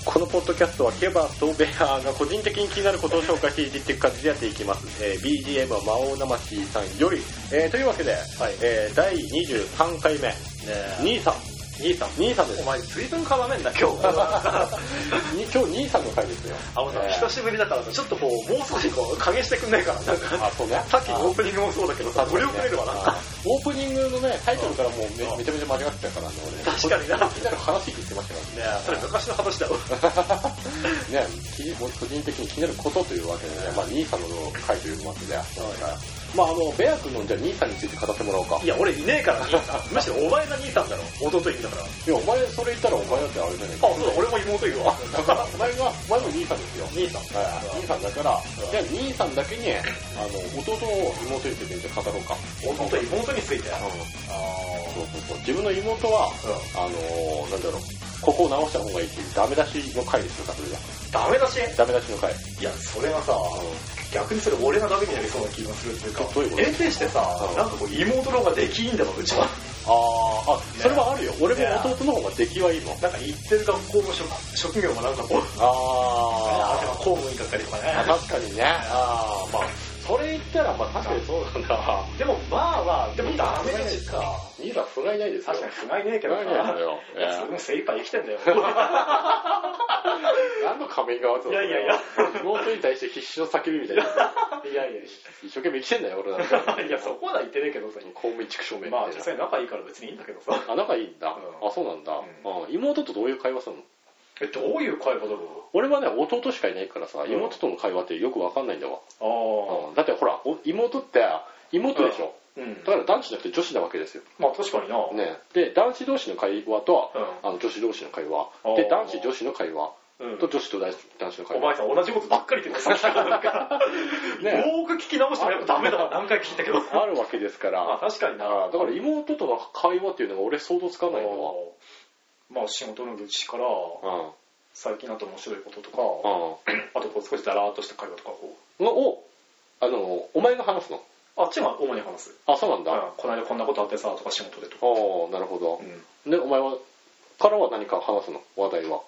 Speaker 1: このポッドキャストはケバとベアーが個人的に気になることを紹介していっていく感じでやっていきます、えー BGM は魔王魂さんより、えーというわけで、えー第23回目兄さん兄さん兄さんです
Speaker 2: お前、随分絡めんな、今日。あ、
Speaker 1: に今日兄さんの回ですよ
Speaker 2: おさ
Speaker 1: えー
Speaker 2: 久しぶりだからさ、ちょっとこう、もう少しこう、加減してくんないから、なんか。
Speaker 1: あそうね
Speaker 2: さっきのオープニングもそうだけどさ、無料くれるわ、なんか。
Speaker 1: オープニングのね、タイトルからもうめめちゃめちゃ間違ってたからね、俺。
Speaker 2: 確かにな
Speaker 1: こっちみんなの話聞いてましたか
Speaker 2: ねそれ昔の話だわ。
Speaker 1: らね。ね、きもう個人的に気になることというわけでね、まあ、兄さんの回というわけで、まあ、あの、ベア君のじゃあ兄さんについて語ってもらおうか。
Speaker 2: いや、俺いねえから、兄さん。むしろお前が兄さんだろ。弟いるんだから。あ、
Speaker 1: いや、お前それ言ったらお前だってあれじゃねえか。
Speaker 2: そうだ、俺も妹いるわ。
Speaker 1: だから、お前が、お前も兄さんですよ。
Speaker 2: 兄さん。
Speaker 1: はい兄さんだから、じゃあ兄さんだけに、あの、弟を妹についてじゃあ語ろうか。
Speaker 2: 弟、妹について。あ
Speaker 1: そう
Speaker 2: あ。
Speaker 1: そうそう。自分の妹は、
Speaker 2: うん
Speaker 1: あのーなんだろう、ここを直した方がいいっていうダメ出しの回ですよ、それは。
Speaker 2: ダメ出し
Speaker 1: ダメ出しの回。
Speaker 2: いや、それはさ、逆にそれ俺がダメになりそうな気がするっていうか、
Speaker 1: どういうこと
Speaker 2: 遠征してさ、
Speaker 1: うん
Speaker 2: なんかこう、妹の方ができいいんだもん、うちは。
Speaker 1: ああ、あ、それはあるよ。俺も弟の方が出来はいいもん。
Speaker 2: なんか行ってる学校の職職業もなんかこう、あでも
Speaker 1: あ
Speaker 2: 公務員だったりとかね
Speaker 1: あ、。確かにね。ああ、まあ、それ言ったら、まあ確かにそうなんだ。
Speaker 2: でも、バーは、でもダメ出しか。
Speaker 1: 兄さん、不甲斐ないですよ。
Speaker 2: 確かに不甲斐ねえけ
Speaker 1: 不
Speaker 2: ど
Speaker 1: 甲
Speaker 2: な
Speaker 1: 斐ないのよ。
Speaker 2: いやそれも精一杯生きてんだよ。
Speaker 1: 何の仮面が合わせ
Speaker 2: いやいやいや。
Speaker 1: 妹に対して必死の叫びみたいな。
Speaker 2: いやい
Speaker 1: 一生懸命生きてんだよ、俺なんか。
Speaker 2: や、いや、そこまでは言ってねえけどさ。
Speaker 1: 公務員畜生面み
Speaker 2: まあ、
Speaker 1: たい
Speaker 2: 実
Speaker 1: な。
Speaker 2: 際仲いいから別にいいんだけどさ。
Speaker 1: あ、仲いいんだ。
Speaker 2: うん
Speaker 1: あ、そうなんだ、
Speaker 2: う
Speaker 1: うん妹とどういう会話するの
Speaker 2: え、どういう会話だろ
Speaker 1: 俺はね、弟しかいないからさ、
Speaker 2: ん
Speaker 1: 妹との会話ってよくわかんないんだわ。
Speaker 2: う
Speaker 1: うんだってほら、お妹って、妹でしょ、
Speaker 2: ああ。うん。
Speaker 1: だから男子じゃなくて女子なわけですよ。
Speaker 2: まあ、確かにな。うん。
Speaker 1: ね。で、男子同士の会話と、あの女子同士の会話。で、
Speaker 2: あー
Speaker 1: 男子女子の会話。
Speaker 2: うん
Speaker 1: と女子と男子男子の会
Speaker 2: お
Speaker 1: 話。
Speaker 2: 前さん同じことばっかり言って ます。さっきからなんか
Speaker 1: ね。
Speaker 2: よーく聞き直してもやっぱダメ だわ。何回か聞いたけど。
Speaker 1: あるわけですか
Speaker 2: まあ、
Speaker 1: ら。
Speaker 2: 確かにな。
Speaker 1: だから妹との会話っていうのが俺想像つかないのは。
Speaker 2: まあ、仕事の愚痴から、
Speaker 1: うん。
Speaker 2: 最近あと面白いこととか、
Speaker 1: うん。
Speaker 2: あとこう少しだらーっとした会話とかこ
Speaker 1: のを、あの、お前が話すの。
Speaker 2: う、あっちが主に話す。
Speaker 1: あ、そうなん
Speaker 2: う
Speaker 1: だ。
Speaker 2: ん
Speaker 1: あ
Speaker 2: この間こんなことあってさ、とか仕事でとか。
Speaker 1: あ、なるほど
Speaker 2: う。ん
Speaker 1: で、お前は、からは何か話すの話題は。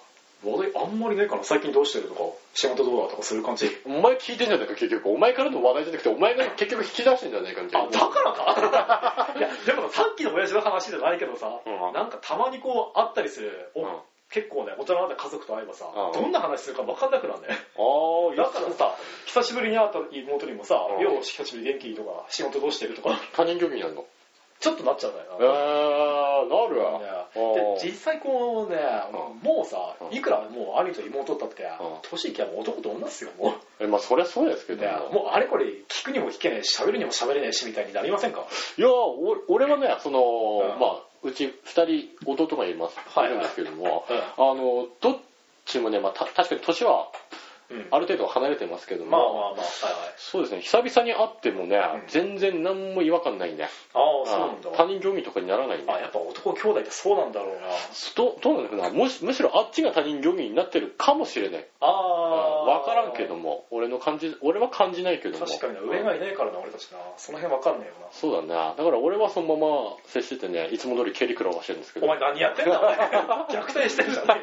Speaker 2: 話題あんまりないかな最近どうしてるとか仕事どうだとかする感じ
Speaker 1: お前聞いてんじゃないか、結局。お前からの話題じゃなくて、お前が結局引き出してんじゃないか、みた
Speaker 2: あ
Speaker 1: い
Speaker 2: だ
Speaker 1: な。
Speaker 2: からか いやでもささっきの親父の話じゃないけどさ、
Speaker 1: うん
Speaker 2: なんかたまにこう会ったりする、お
Speaker 1: うん
Speaker 2: 結構ね大人になった家族と会えばさ、
Speaker 1: うん
Speaker 2: どんな話するか分かんなくなるね
Speaker 1: ああ、
Speaker 2: だからさ久しぶりに会った妹にもさ
Speaker 1: うん
Speaker 2: 「よう久しぶり元気?」とか「仕事どうしてる?」とか
Speaker 1: 他人行儀になるの。
Speaker 2: ちょっとなっちゃうんだよ
Speaker 1: え
Speaker 2: な、
Speaker 1: ー、なるわ。
Speaker 2: ねで実際こうね、
Speaker 1: う
Speaker 2: もうさ
Speaker 1: うん
Speaker 2: いくらもう兄と妹だって、
Speaker 1: ん
Speaker 2: 年いきゃもう男と女っすよもう
Speaker 1: え、まあ、そりゃそうですけど
Speaker 2: ねもうあれこれ聞くにも聞けねえし喋るにも喋れねえしみたいになりませんか
Speaker 1: いやお俺はねその、
Speaker 2: うん
Speaker 1: まあうち2人弟がいます、
Speaker 2: はい
Speaker 1: いるんですけども、
Speaker 2: うん
Speaker 1: あのどっちもね、まあ、た確かに年は
Speaker 2: うん
Speaker 1: ある程度離れてますけども、
Speaker 2: まあまあまあはいはい
Speaker 1: そうですね久々に会ってもね、
Speaker 2: うん
Speaker 1: 全然何も違和感ないね
Speaker 2: ああそうな
Speaker 1: 他
Speaker 2: んだ
Speaker 1: 人興味とかにならないね
Speaker 2: あやっぱ男兄弟ってそうなんだろうな
Speaker 1: どどうなんだろうなむしむしろあっちが他人興味になってるかもしれない
Speaker 2: あ
Speaker 1: 分からんけども俺の感じ俺は感じないけども
Speaker 2: 確かにな上がいないからな俺たちなその辺わかんねえよな
Speaker 1: そうだねだから俺はそのまま接しててねいつも通り蹴り食らわしてるんですけど
Speaker 2: お前何やってんだ お前逆転してんじゃね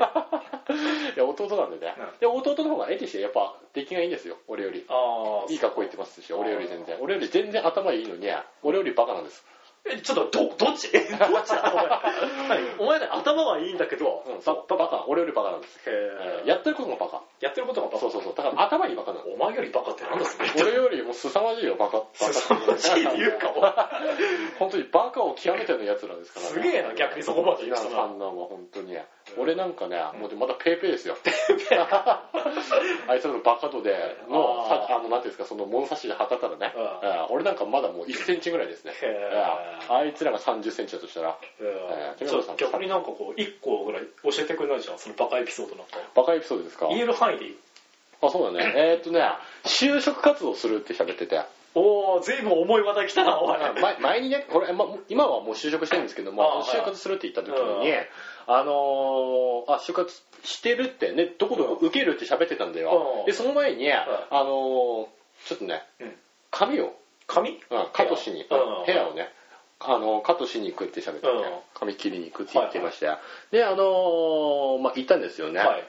Speaker 2: えよ
Speaker 1: いや弟なんでね、
Speaker 2: うん
Speaker 1: で弟の方が絵にしてやっぱ出来がいいんですよ俺より
Speaker 2: ああ
Speaker 1: いい格好いってますし俺より全然俺より全然頭いいのに俺よりバカなんです
Speaker 2: えちょっとどどっちどっちだお前何お前ね頭はいいんだけど
Speaker 1: うん
Speaker 2: ば
Speaker 1: ババカ俺よりバカなんです、
Speaker 2: へ
Speaker 1: えー
Speaker 2: え
Speaker 1: やってることもバカ
Speaker 2: やってることがバカ
Speaker 1: そうそうそうだから頭いいバカ なの
Speaker 2: お前よりバカってなんだそれ
Speaker 1: 俺よりも凄まじいよバカバカ
Speaker 2: 凄まじいっていうかお前
Speaker 1: 本当にバカを極めてのやつらですから、
Speaker 2: すげえな逆にそこまで言う人な
Speaker 1: あんなんは本当に俺なんかね、もうまだペーペーです よ あいつらのバカ度での
Speaker 2: あー
Speaker 1: さあのなんていうんですかその物差しで測ったらね、
Speaker 2: う
Speaker 1: えー俺なんかまだもう1センチぐらいですね、
Speaker 2: へ
Speaker 1: えー
Speaker 2: ー
Speaker 1: あいつらが3 0センチだとしたらえー
Speaker 2: ちょっと逆になんかこう、一個ぐらい教えてくれないじゃん、そのバカエピソードなんか。
Speaker 1: バカエピソードですか
Speaker 2: 言える範囲でいい。
Speaker 1: あそうだねえーっとね就職活動するって喋ってて
Speaker 2: おー、ずいぶん重い話題来た な、お前。
Speaker 1: あ前前にねこれ、ま、今はもう就職してるんですけども
Speaker 2: あはい
Speaker 1: 就活するって言った時
Speaker 2: う
Speaker 1: に、あのーあ就活してるってねどこどこ受けるって喋ってたんだよ、
Speaker 2: うん
Speaker 1: でその前に、あのーちょっとね
Speaker 2: うん
Speaker 1: 髪を、
Speaker 2: 髪うん。
Speaker 1: うん、カットしに、
Speaker 2: うん
Speaker 1: ヘアをねあのーカットしに行くって喋ってて、
Speaker 2: うん
Speaker 1: 髪切りに行くって言ってましたよであのーまあ行ったんですよね、
Speaker 2: はい。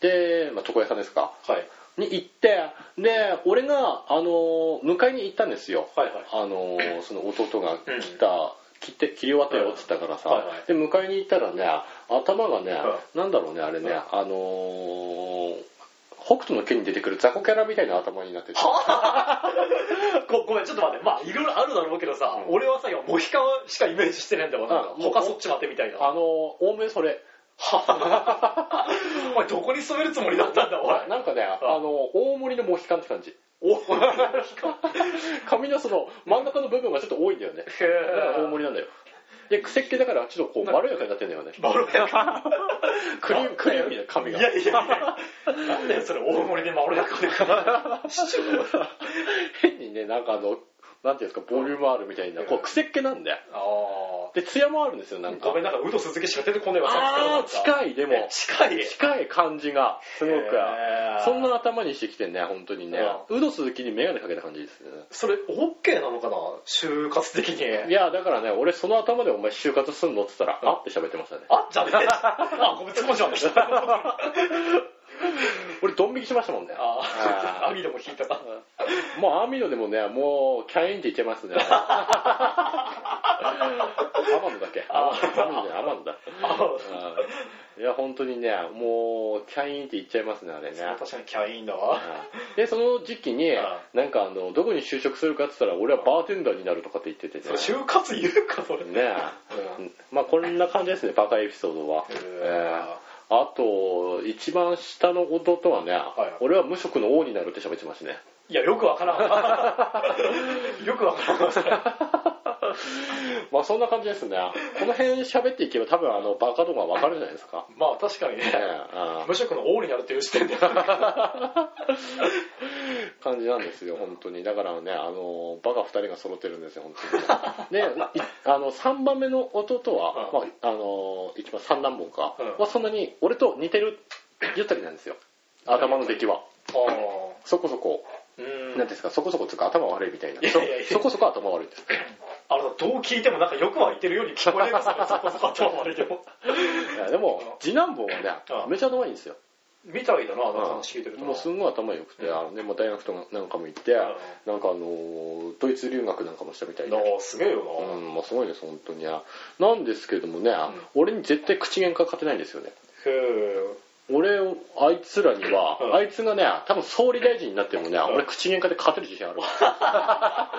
Speaker 1: で、まあ、床屋さんですか
Speaker 2: はい。
Speaker 1: に行ってで俺があの迎えに行ったんですよ、
Speaker 2: はいはい。
Speaker 1: あのその弟が切った、切って切り終わったよって言ったからさ、
Speaker 2: はいはい
Speaker 1: で迎えに行ったらね頭がね、
Speaker 2: は
Speaker 1: なんだろうねあれね、
Speaker 2: うん
Speaker 1: あのー北斗の拳に出てくる雑魚キャラみたいな頭になってて
Speaker 2: ごごめん、ちょっと待って。まあ、いろいろあるだろうけどさ、
Speaker 1: うん
Speaker 2: 俺はさ、今、モヒカンしかイメージしてねえんだわ。なんか
Speaker 1: うん
Speaker 2: 他そっち待ってみたいな。
Speaker 1: あのー多めそれ
Speaker 2: お前、どこに染めるつもりだったんだ、おい。
Speaker 1: なんかね、
Speaker 2: うん
Speaker 1: あの大盛りのモヒカンって感じ
Speaker 2: お ー、
Speaker 1: 髪のその真ん中の部分がちょっと多いんだよね
Speaker 2: へ
Speaker 1: だから大
Speaker 2: ぇ
Speaker 1: 盛りなんだよで癖っ気だからちょっとこうまろやかになってんだよね
Speaker 2: バロやか。
Speaker 1: クリーム クリーミーな髪
Speaker 2: い
Speaker 1: が
Speaker 2: やいやいや。なんだよ、それ、大盛りでまろや かで。シチュー
Speaker 1: 変にねなんかあのなんていうんですかボリュームあるみたいなこう癖っ気なんだよ
Speaker 2: あ
Speaker 1: で、艶もあるんですよ、なんか
Speaker 2: ご。めん、なんか、ウド鈴木しか出てこねえわ、
Speaker 1: あー、
Speaker 2: い。
Speaker 1: 近い、でも。
Speaker 2: 近い。
Speaker 1: 近い感じが、すごく
Speaker 2: へー。
Speaker 1: そんな頭にしてきてんね、本当にね。ウド鈴木にメガネかけた感じですね。
Speaker 2: それ、オッケーなのかな就活的に。
Speaker 1: いや、だからね、俺その頭でお前就活すんのって言った
Speaker 2: うん
Speaker 1: ら、あって喋ってましたね。
Speaker 2: あ じゃねえ。あ、ごめん、突っ込んじゃいました。あ
Speaker 1: 俺ドン引きしましたもんね。
Speaker 2: あ、
Speaker 1: あ
Speaker 2: 網でも引いたか。
Speaker 1: ー もうアミノでもね、もうキャインっていけますね。 アマノだっけアマノじゃないアマノだ。
Speaker 2: あ
Speaker 1: うんいや、本当にね、もうキャインっていっちゃいますね、あれね。
Speaker 2: 確かにキャインだわ。
Speaker 1: で、その時期に
Speaker 2: うん、
Speaker 1: なんかあの、どこに就職するかって言ったら、俺はバーテンダーになるとかって言っててね
Speaker 2: それ、就活言うか、それ。
Speaker 1: ねえうんまあこんな感じですね、バカエピソードは。
Speaker 2: へえ
Speaker 1: ええあと、一番下の弟はね、
Speaker 2: い
Speaker 1: 俺は無職の王になるって喋ってましたね。
Speaker 2: いや、よくわからん。 よくわからん。
Speaker 1: まあそんな感じですね。この辺喋っていけば多分あの、バカ度がわかるんじゃないですか。
Speaker 2: まあ、確かにね。
Speaker 1: ええああ
Speaker 2: 無職の王になるっていう視点で。
Speaker 1: 感じなんですよ、本当に。だからね、あの、バカ二人が揃ってるんですよ、本当 に。で、いあの、三番目の弟は、
Speaker 2: う
Speaker 1: まあ、あの、一番三男坊か、
Speaker 2: うん
Speaker 1: はそんなに俺と似てる、ゆったりなんですよ。頭の出来は。
Speaker 2: ああ。
Speaker 1: そこそこ、
Speaker 2: う
Speaker 1: なん
Speaker 2: ん
Speaker 1: ていうんですか、そこそこつうか頭悪いみたいな。
Speaker 2: いやいやいや
Speaker 1: そそこそこ頭悪いんです。
Speaker 2: あのどう聞いてもなんかよくは言ってるように聞こえるん ですよねそこそこ頭悪いけど
Speaker 1: いやでも、次男坊はね
Speaker 2: う、ん
Speaker 1: めちゃ頭いいんですよ。
Speaker 2: みたいだなあの話聞いてると
Speaker 1: もうすんごい頭良くて、あのね、もう大学とかなんかも行って、
Speaker 2: う
Speaker 1: なんかあのー、ドイツ留学なんかもしたみたい
Speaker 2: な
Speaker 1: で。
Speaker 2: あすげえよな、
Speaker 1: うん、まあすごいです、本当に。なんですけどもね、俺に絶対口喧嘩勝てないんですよね。
Speaker 2: へえ
Speaker 1: 俺、あいつらには、
Speaker 2: うん
Speaker 1: あいつがね、多分総理大臣になってもね、俺口喧嘩で勝てる自信あ るわ。
Speaker 2: あ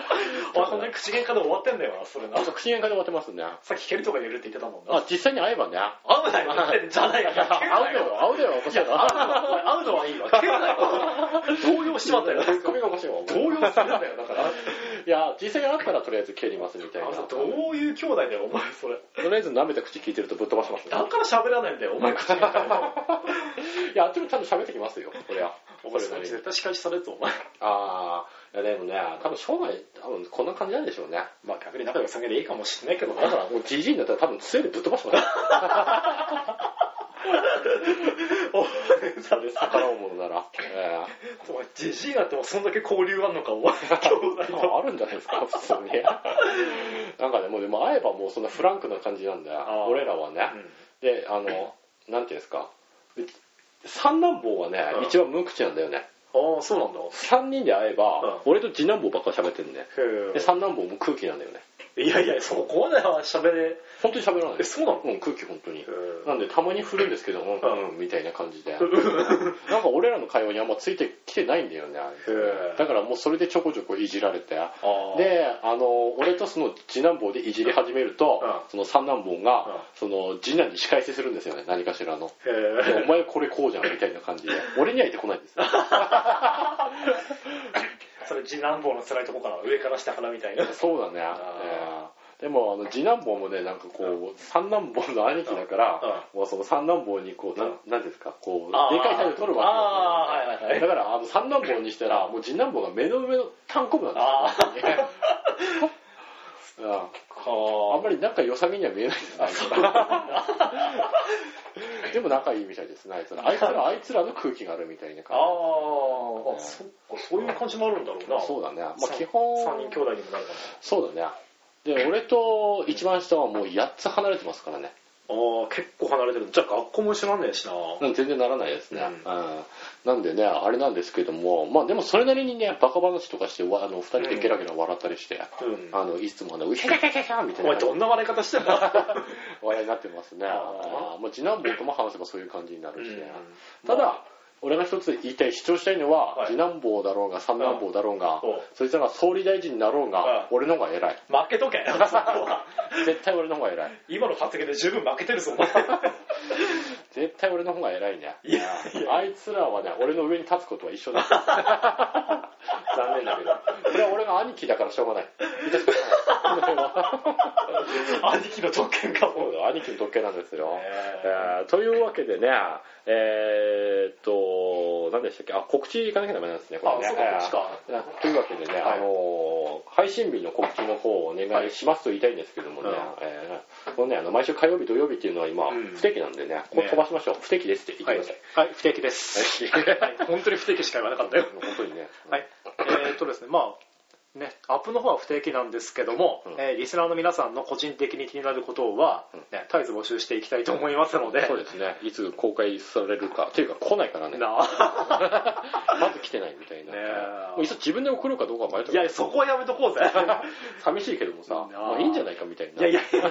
Speaker 2: ほんとに口喧嘩で終わってんだよなそれな
Speaker 1: そう口喧嘩で終わってますね。
Speaker 2: さっき蹴るとか入れるって言ってたもんな
Speaker 1: あ、実際に会えばね、
Speaker 2: 合うなよじゃないよ蹴る
Speaker 1: 会
Speaker 2: な
Speaker 1: うの
Speaker 2: よ
Speaker 1: は、会うのはおかしいな。
Speaker 2: 合うのはいいわ蹴るなよ動揺しちまった よ
Speaker 1: ツッコミがおかしいわ。
Speaker 2: 動揺するんだよだから
Speaker 1: いや、実際に会ったらとりあえず蹴りますみたいな。
Speaker 2: あの
Speaker 1: と
Speaker 2: どういう兄弟だよお前それ
Speaker 1: りあえず舐めた口聞いてるとぶっ飛ばしますね。
Speaker 2: だから喋らないんだよお前口喧嘩
Speaker 1: いや、あっちもちゃんと喋ってきますよ、これは。
Speaker 2: お前それ絶対仕返しされるぞお前
Speaker 1: ああ、いやでもね、多分生涯、多分こんな感じなんでしょうね。
Speaker 2: まあ逆に仲良く下げでいいかもしれないけど
Speaker 1: だからもうじじいになったら多分杖でぶっ飛ばしてもらう。
Speaker 2: お
Speaker 1: それ逆らうものなら。え
Speaker 2: お前、じじいなってもそんだけ交流あんのか、 お前。兄
Speaker 1: え
Speaker 2: 弟と。
Speaker 1: あるんじゃないですか、普通に。なんかね、もうでも会えばもうそんなフランクな感じなんで、
Speaker 2: あー
Speaker 1: 俺らはね。で、あの、なんていうんですか。うち三男坊はね
Speaker 2: うん、
Speaker 1: 一番無口なんだよね。
Speaker 2: ああ、そうなんだ。
Speaker 1: 三人で会えば、
Speaker 2: う
Speaker 1: 俺と次男坊ばっかり喋ってるね。で、三男坊も空気なんだよね。
Speaker 2: いやいや、そこまでは喋れ。
Speaker 1: 本当に喋らない
Speaker 2: え、。そうなの
Speaker 1: うん、空気本当に。
Speaker 2: う
Speaker 1: なんで、たまに振るんですけど、うん、
Speaker 2: ん
Speaker 1: うんみたいな感 じで。
Speaker 2: ん。
Speaker 1: なんか俺らの会話にあんまついてきてないんだよね、あれ
Speaker 2: へえ
Speaker 1: だからもうそれでちょこちょこいじられて。
Speaker 2: で、
Speaker 1: で、あの、俺とその次男坊でいじり始めると
Speaker 2: うん、
Speaker 1: その三男坊
Speaker 2: うん
Speaker 1: が、その次男に仕返しするんですよね、何かしらの。でお前これこうじゃんみたいな 感じで。俺には言ってこないんですよ。
Speaker 2: それ、次男坊の辛いとこから、上から下からみたいな。
Speaker 1: そうだね。えーでも、あの、次男坊もね、なんかこう、三男坊の兄貴だから、もうその三男坊にこう、なん、なんですか、こう、でかい態度取るわけよ
Speaker 2: ああ、はいはいはい。
Speaker 1: だから、あの、三男坊にしたら、もう次男坊が目の上のタンコブなんですよ。うんあんまり仲良さげには見えないですね。 でも仲いいみたいですね、あいつら。あいつら、あいつらの空気があるみたいな
Speaker 2: あ
Speaker 1: 感
Speaker 2: あ、あそっか、そういう感じもあるんだろうな。
Speaker 1: じ。そうだね。まあ
Speaker 2: さん
Speaker 1: 基本、
Speaker 2: 三人兄弟にもなるか
Speaker 1: そうだね。で、俺と一番下はもう8つ離れてますからね。
Speaker 2: ら。ああ、結構離れてる。じゃあ、学校も一緒なんねえしな。
Speaker 1: うん全然ならないですね、
Speaker 2: う
Speaker 1: うんなんでね、あれなんですけども、まあでもそれなりにね、バカ話とかして、わあの、二人でゲラゲラ笑ったりして、
Speaker 2: うん。
Speaker 1: あの、いつもあの、ウヒャヒャヒャヒャヒャみた
Speaker 2: お
Speaker 1: いな
Speaker 2: 前、
Speaker 1: 感じ
Speaker 2: どんな笑い方 してんだ
Speaker 1: 笑いになってますね。
Speaker 2: あ
Speaker 1: あーもう次男坊とも話せばそういう感じになるしね。
Speaker 2: うん
Speaker 1: ただ、俺が一つ言いたい、主張したいのは、
Speaker 2: はい
Speaker 1: 次男坊だろうが、三男坊だろうが、
Speaker 2: うん
Speaker 1: そいつらが総理大臣になろうが、
Speaker 2: うん
Speaker 1: 俺の方が偉い。
Speaker 2: 負けとけ。そこは
Speaker 1: 絶対俺の方が偉い。
Speaker 2: 今の発言で十分負けてるぞ、お 前。
Speaker 1: 絶対俺の方が偉いね。
Speaker 2: いやいや
Speaker 1: あいつらはね、俺の上に立つことは一緒だ。 残念だけど。これは俺が兄貴だからしょうがない。この辺は。
Speaker 2: 兄貴の特権か
Speaker 1: そ
Speaker 2: も
Speaker 1: う。だ兄貴の特権なんですよ。
Speaker 2: え
Speaker 1: えーというわけでね、えーっと、何でしたっけあ、告知行かなきゃダメなんですね、これね。
Speaker 2: あそうか告知か
Speaker 1: えーというわけでね、
Speaker 2: はい
Speaker 1: あのー配信日の告知の方をお願いしますと言いたいんですけどもね、
Speaker 2: うん
Speaker 1: えーこのね、あの毎週火曜日、土曜日っていうのは今、
Speaker 2: うん
Speaker 1: 不定期なんでね、これ
Speaker 2: ね
Speaker 1: 飛ばしましょう。不定期ですって言っ
Speaker 2: は
Speaker 1: てく
Speaker 2: い
Speaker 1: ださい。、
Speaker 2: はい、不定期です。はい、本当に不定期しか言わなかったよ。
Speaker 1: もう本当にね。
Speaker 2: はい、えーっとですね、まあ、ね、アップの方は不定期なんですけども、
Speaker 1: うん
Speaker 2: えーリスナーの皆さんの個人的に気になることは、ね、絶えず募集していきたいと思いますので、
Speaker 1: そうですね。いつ公開されるか、というか来ないからね。
Speaker 2: なあ
Speaker 1: まず来てないみたいな。
Speaker 2: ねえ
Speaker 1: もういっそ自分で送ろうかどうか迷った
Speaker 2: いや、そこはやめとこうぜ。
Speaker 1: 寂しいけどもさ、
Speaker 2: なあ
Speaker 1: まあいいんじゃないかみた いな。
Speaker 2: い やいや、僕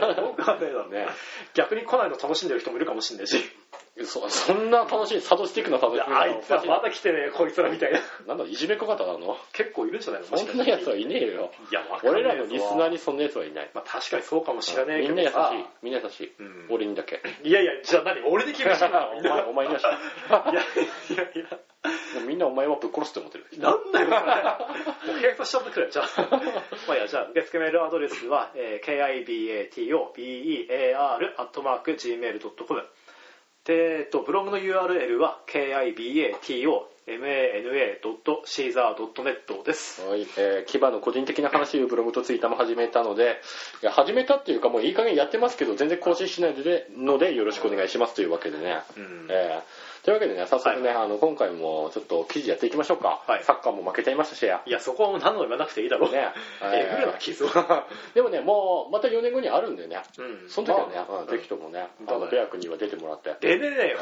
Speaker 2: はね、だね
Speaker 1: ね
Speaker 2: 逆に来ないの楽しんでる人もいるかもしれないし、
Speaker 1: そ そんな楽しい、サドスティックな楽しみなの
Speaker 2: あいつ らまだ来てねえ、こいつらみたいな。
Speaker 1: なんだろういじめっ子方なの
Speaker 2: 結構いるんじゃないのもし
Speaker 1: そ
Speaker 2: か
Speaker 1: ん
Speaker 2: し
Speaker 1: な
Speaker 2: て
Speaker 1: やつはいねえよ。
Speaker 2: いや、わかんね
Speaker 1: 俺
Speaker 2: えぞ
Speaker 1: らのリスナーにそんなやつはいない。
Speaker 2: まあ確かにそうかもしれねえ
Speaker 1: み
Speaker 2: け
Speaker 1: んな優し
Speaker 2: ど
Speaker 1: い
Speaker 2: さ。。
Speaker 1: みんな優しい。
Speaker 2: うん
Speaker 1: 俺にだけ。
Speaker 2: いやいや、じゃあ何俺に厳し い
Speaker 1: お
Speaker 2: な。いや
Speaker 1: 前、お前にだし。
Speaker 2: いやいやいや。
Speaker 1: みんなお前はぶっ殺すって思ってる。
Speaker 2: なんだよ、それ。もう契約としちゃったくれ。 じゃあ、まあいいや、じゃあ、受付メールアドレスは、えー kibato.bear.gmail.com。で、えっと、ブログの URL は、kibato.mana.caesar.net です。
Speaker 1: はい、えー、キバの個人的な話いうブログとツイッターも始めたので、いや始めたっていうかもういい加減やってますけど、全然更新しないので、のでよろしくお願いしますというわけでね。
Speaker 2: うん
Speaker 1: えーというわけでね、早速ね、あの、今回もちょっと記事やっていきましょうか。
Speaker 2: はい
Speaker 1: サッカーも負けちゃいましたし、ね。
Speaker 2: いや、そこはもう何度も言わなくていいだろう。ね、えぐるな、傷は。
Speaker 1: でもね、もう、また4年後にあるんでね。
Speaker 2: うん
Speaker 1: その時はね、
Speaker 2: まあ
Speaker 1: うんぜひともね、
Speaker 2: ん
Speaker 1: あの、ベア君には出てもらって。
Speaker 2: 出れね えよ。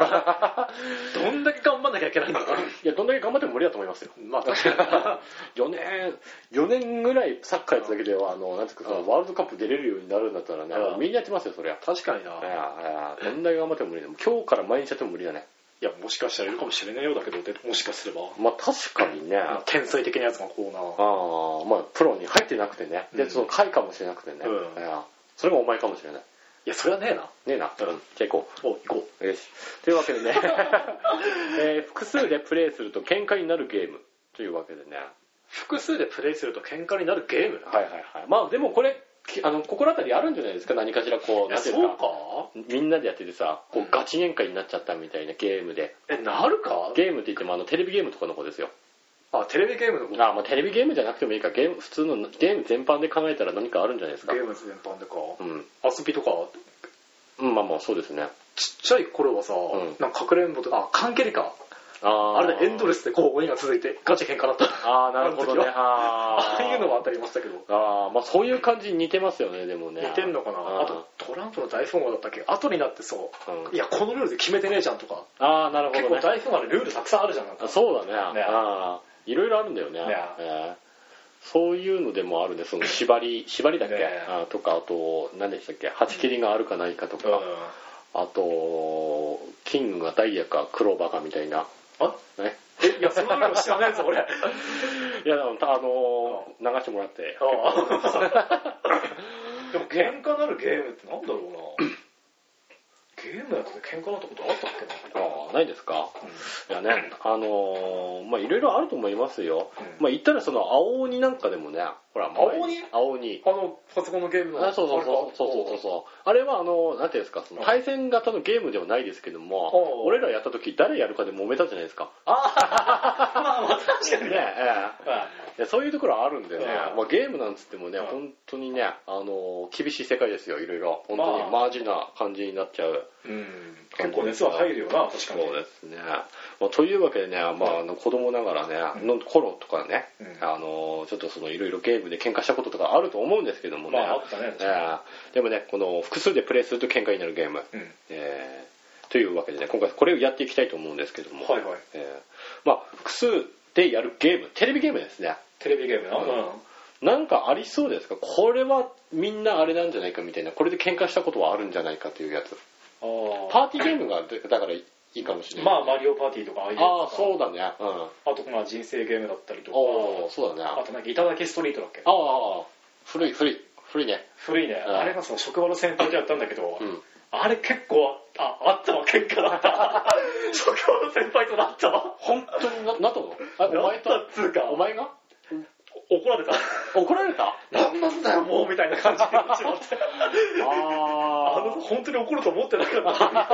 Speaker 2: どんだけ頑張んなきゃいけないんだろう。
Speaker 1: いや、どんだけ頑張っても無理だと思いますよ。
Speaker 2: まあ確かにな。
Speaker 1: 4年、4年ぐらいサッカーやっただけでは、あの、なんていうか、そのワールドカップ出れるようになるんだったらね
Speaker 2: う、ん
Speaker 1: みんなやってますよ、そりゃ。
Speaker 2: 確かにな。
Speaker 1: いやいやどんだけ頑張っても無理だもう今日から毎日やっても無理だね
Speaker 2: いや、もしかしたらいるかもしれないようだけど、でもしかすれば。
Speaker 1: まあ確かにねあ
Speaker 2: 天才的なやつがこうな。
Speaker 1: あまあプロに入ってなくてね
Speaker 2: う
Speaker 1: で
Speaker 2: ん
Speaker 1: その回かもしれなくてね、
Speaker 2: う
Speaker 1: い
Speaker 2: ん
Speaker 1: やそれがお前かもしれない
Speaker 2: いや、それはねえな。
Speaker 1: ねえな、
Speaker 2: うん
Speaker 1: じゃあ行こ
Speaker 2: お、行こ
Speaker 1: うよしというわけでね、 えー複数でプレイすると喧嘩になるゲームというわけでね
Speaker 2: う。複数でプレイすると喧嘩になるゲームな。
Speaker 1: はいはいはいまあでもこれきあの心当たりあるんじゃないですか何かしらこう
Speaker 2: え、
Speaker 1: なんてい
Speaker 2: そう
Speaker 1: う
Speaker 2: か
Speaker 1: かみんなでやっててさこうガチ喧嘩になっちゃったみたいなゲームで
Speaker 2: え、なるか
Speaker 1: ゲームって言ってもあのテレビゲームとかの子ですよ
Speaker 2: あ、テレビゲームのこと。
Speaker 1: あまあテレビゲームじゃなくてもいいかゲーム普通のゲーム全般で考えたら何かあるんじゃないですか
Speaker 2: ゲーム全般でか。
Speaker 1: うん、
Speaker 2: 遊びとか、
Speaker 1: うん、まあまあそうですね
Speaker 2: ちっちゃい頃はさ、
Speaker 1: ん
Speaker 2: なんかかくれんぼとか、あ、缶蹴りか。
Speaker 1: あ
Speaker 2: あれね、エンド
Speaker 1: レ
Speaker 2: レスでこう鬼が続いてガチ喧嘩だった。
Speaker 1: ああなるほどね
Speaker 2: あの時は
Speaker 1: あ
Speaker 2: ああいうのは当たりましたけど。
Speaker 1: ああまあそういう感じに似てますよねでもね
Speaker 2: 似てんのかな
Speaker 1: あ
Speaker 2: あとトランプの大富豪だったっけ後になってそう、
Speaker 1: うん
Speaker 2: いやこのルールで決めてねえじゃんとか、
Speaker 1: ああなる
Speaker 2: 結
Speaker 1: ほど
Speaker 2: 構
Speaker 1: ね
Speaker 2: 大富豪のルールたくさんあるじゃんなんか
Speaker 1: あそうだね
Speaker 2: ね
Speaker 1: ああいろいろあるんだよね
Speaker 2: ね
Speaker 1: ええそういうのでもあるねその縛 り縛りだっけ、
Speaker 2: ね
Speaker 1: ああとかあと何でしたっけ八切りがあるかないかとか、
Speaker 2: う
Speaker 1: あとキングがダイヤかクローバーかみたいな、
Speaker 2: んあ
Speaker 1: ね、
Speaker 2: えいやそのルール知らないぞ俺
Speaker 1: いや、あの、あの流してもらって。
Speaker 2: でも喧嘩なるゲームってなんだろうなゲームやってて喧嘩なったことあったっけな
Speaker 1: ああないですか
Speaker 2: うん
Speaker 1: いやね、あのーまあいろいろあると思いますよ。
Speaker 2: うん
Speaker 1: まあ言ったらその青鬼なんかでもね、ほら、
Speaker 2: 青鬼
Speaker 1: 前青鬼。
Speaker 2: あのパソコンのゲームの
Speaker 1: あそうそうそうそうそうそうそう。あれはあの、なんていうんですか、その対戦型のゲームではないですけども、
Speaker 2: おう
Speaker 1: 俺らやった時誰やるかで揉めたじゃないですか。
Speaker 2: あまあまあ確か
Speaker 1: ね
Speaker 2: に
Speaker 1: え
Speaker 2: ね、
Speaker 1: ええいやそういうところあるんでね、
Speaker 2: うん
Speaker 1: まあゲームなんつってもね、
Speaker 2: うん
Speaker 1: 本当にね、あのー厳しい世界ですよ、いろいろ。本当に
Speaker 2: ま
Speaker 1: マージな感じになっちゃう。
Speaker 2: うん結構熱は入るよな確かに
Speaker 1: そうですね、まあ、というわけでね、まあ、あの子供ながらね、
Speaker 2: うん
Speaker 1: の頃とかね、
Speaker 2: うん
Speaker 1: あのちょっとそのいろいろゲームで喧嘩したこととかあると思うんですけどもね、
Speaker 2: まああったね
Speaker 1: えーでもねこの複数でプレイすると喧嘩になるゲーム、
Speaker 2: うん
Speaker 1: えーというわけでね今回これをやっていきたいと思うんですけども、
Speaker 2: はいはい
Speaker 1: えーまあ、複数でやるゲームテレビゲームですね
Speaker 2: テレビゲームな、
Speaker 1: うん
Speaker 2: うん
Speaker 1: なんかありそうですかこれはみんなあれなんじゃないかみたいなこれで喧嘩したことはあるんじゃないかというやつ
Speaker 2: あ
Speaker 1: パーティーゲームがでだからいいかもしれない
Speaker 2: まあマリオパーティーとかああいうやつ
Speaker 1: ああ
Speaker 2: とか
Speaker 1: そうだねうん
Speaker 2: あとまあ人生ゲームだったりとか
Speaker 1: おおそうだね
Speaker 2: あ
Speaker 1: あ
Speaker 2: となんか頂きストリートだっけ
Speaker 1: ああ古い古い古いね
Speaker 2: 古いね
Speaker 1: うん
Speaker 2: あれがその職場の先輩とやったんだけど、
Speaker 1: うん
Speaker 2: あれ結構ああったわ喧嘩だった 職場の先輩となったわ
Speaker 1: 本当にななったのあお
Speaker 2: な
Speaker 1: 前
Speaker 2: っ
Speaker 1: と
Speaker 2: たっつうか
Speaker 1: お前が
Speaker 2: 怒られた。
Speaker 1: 怒られた
Speaker 2: なんなんだよ、もうみたいな感 じになってしまって。あの
Speaker 1: あ
Speaker 2: 子、本当に怒ると思ってなかった。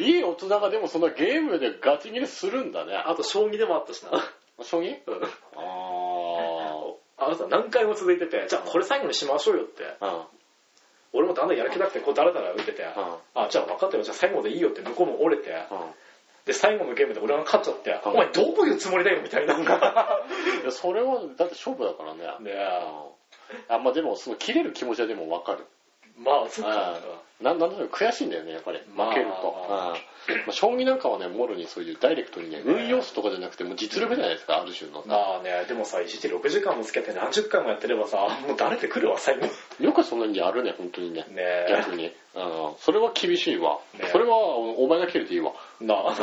Speaker 1: ー。いい大人がでもそのゲームでガチ切れするんだね。
Speaker 2: あと、将棋でもあったしな。
Speaker 1: 将棋
Speaker 2: うん
Speaker 1: あー。
Speaker 2: あなた何回も続いてて、じゃあこれ最後にしましょうよって。
Speaker 1: うん。
Speaker 2: 俺もだんだんやる気なくて、こうダラダラ打ってて。
Speaker 1: うん。
Speaker 2: あ、じゃあ分かったよ。じゃあ最後でいいよって向こうも折れて。
Speaker 1: うん
Speaker 2: で、最後のゲームで俺が勝っちゃって、
Speaker 1: うん
Speaker 2: お前どういうつもりだよみたい な。ね
Speaker 1: いや、それは、だって勝負だからね。う
Speaker 2: え
Speaker 1: んあ、まあでも、その切れる気持ちはでもわかる。
Speaker 2: まあ、そっか。
Speaker 1: うんなんなんだろう悔しいんだよね、やっぱり。負けると。う
Speaker 2: ま
Speaker 1: んまあ将棋なんかはね、もろにそういうダイレクトにね、運要素とかじゃなくて、もう実力じゃないですか、ある種の。
Speaker 2: まあね、でもさ、一日6時間もつけて何十回もやってればさ、もう慣れてくるわ、最 後。ね
Speaker 1: よくそんなにやるね、本当にね。
Speaker 2: え。
Speaker 1: 逆に。うん。それは厳しいわ。
Speaker 2: ね
Speaker 1: それは、お前が切れていいわ。
Speaker 2: なあ。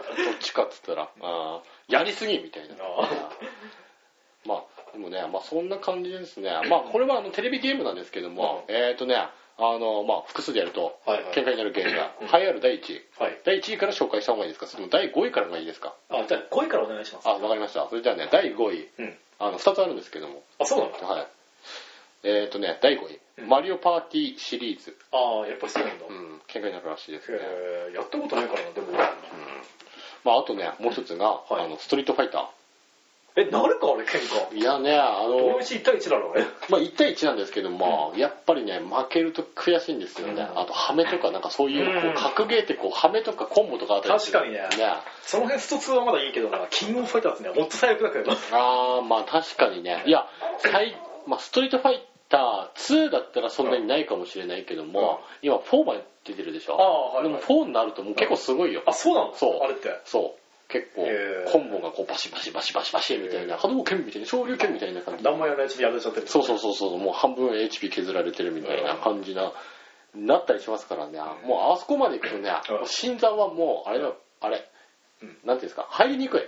Speaker 1: どっちかっつったら、うんやりすぎみたいな
Speaker 2: な。あ
Speaker 1: まあ、でもね、まあそんな感じですね。まあこれはあのテレビゲームなんですけども、えっ、とね、あの、まあ複数でやると
Speaker 2: はいはい
Speaker 1: 喧嘩になるゲームが、栄えある第1位。
Speaker 2: はい。
Speaker 1: 第1位から紹介した方がいいですかそれとも第5位からがいいですか
Speaker 2: あ、じゃあ5位からお願いします。
Speaker 1: あ、わかりました。それじゃあね、第5位。
Speaker 2: うん。
Speaker 1: あの、2つあるんですけども。
Speaker 2: あ、そうなんだ。
Speaker 1: はい。えっ、とね、第5位。マリオパーティーシリーズ。
Speaker 2: ああ、やっぱりそうなんだ。
Speaker 1: うん、喧嘩になるらしいですね。
Speaker 2: へえ、やったことないからな、でも。
Speaker 1: まああとね、もう一つが、
Speaker 2: はい
Speaker 1: あの、ストリートファイタ
Speaker 2: え、なるか、あれ、喧嘩
Speaker 1: ー。。いやね、あ
Speaker 2: どの
Speaker 1: の
Speaker 2: う、ち1対1だろ、あれ。
Speaker 1: まあ1対1なんですけども、やっぱりね、負けると悔しいんですよね。
Speaker 2: うん
Speaker 1: あと、ハメとか、なんかそういう、こ
Speaker 2: う
Speaker 1: う、
Speaker 2: ん
Speaker 1: 格ゲーってこう、ハメとかコンボとかあったりする
Speaker 2: 確かにねその辺、スト2はまだいいけどな、キングオブファイターズにはもっと最悪だけど。
Speaker 1: あー、まあ確かにね。いや、最、まあストリートファイター2だったらそんなにないかもしれないけども、今4まで出てるでしょ。
Speaker 2: あーはいは
Speaker 1: でも
Speaker 2: い
Speaker 1: 4になるともう結構すごいよ。
Speaker 2: あ、そうなの
Speaker 1: そう
Speaker 2: あれって。
Speaker 1: そう。結構
Speaker 2: へー、
Speaker 1: コンボがこう、バシバシバシバシバシみたいな、波動拳みたいな、昇竜拳みたいな感じで
Speaker 2: 何もやらないうちにやられちゃってる。
Speaker 1: そうそうそうそう、もう半分 HP 削られてるみたいな感じな、なったりしますからね。もうあそこまで行くとね、
Speaker 2: うん
Speaker 1: もう新山はもう、あれだ、あれ
Speaker 2: う
Speaker 1: なん
Speaker 2: ん、
Speaker 1: ていうんですか、入りにくい。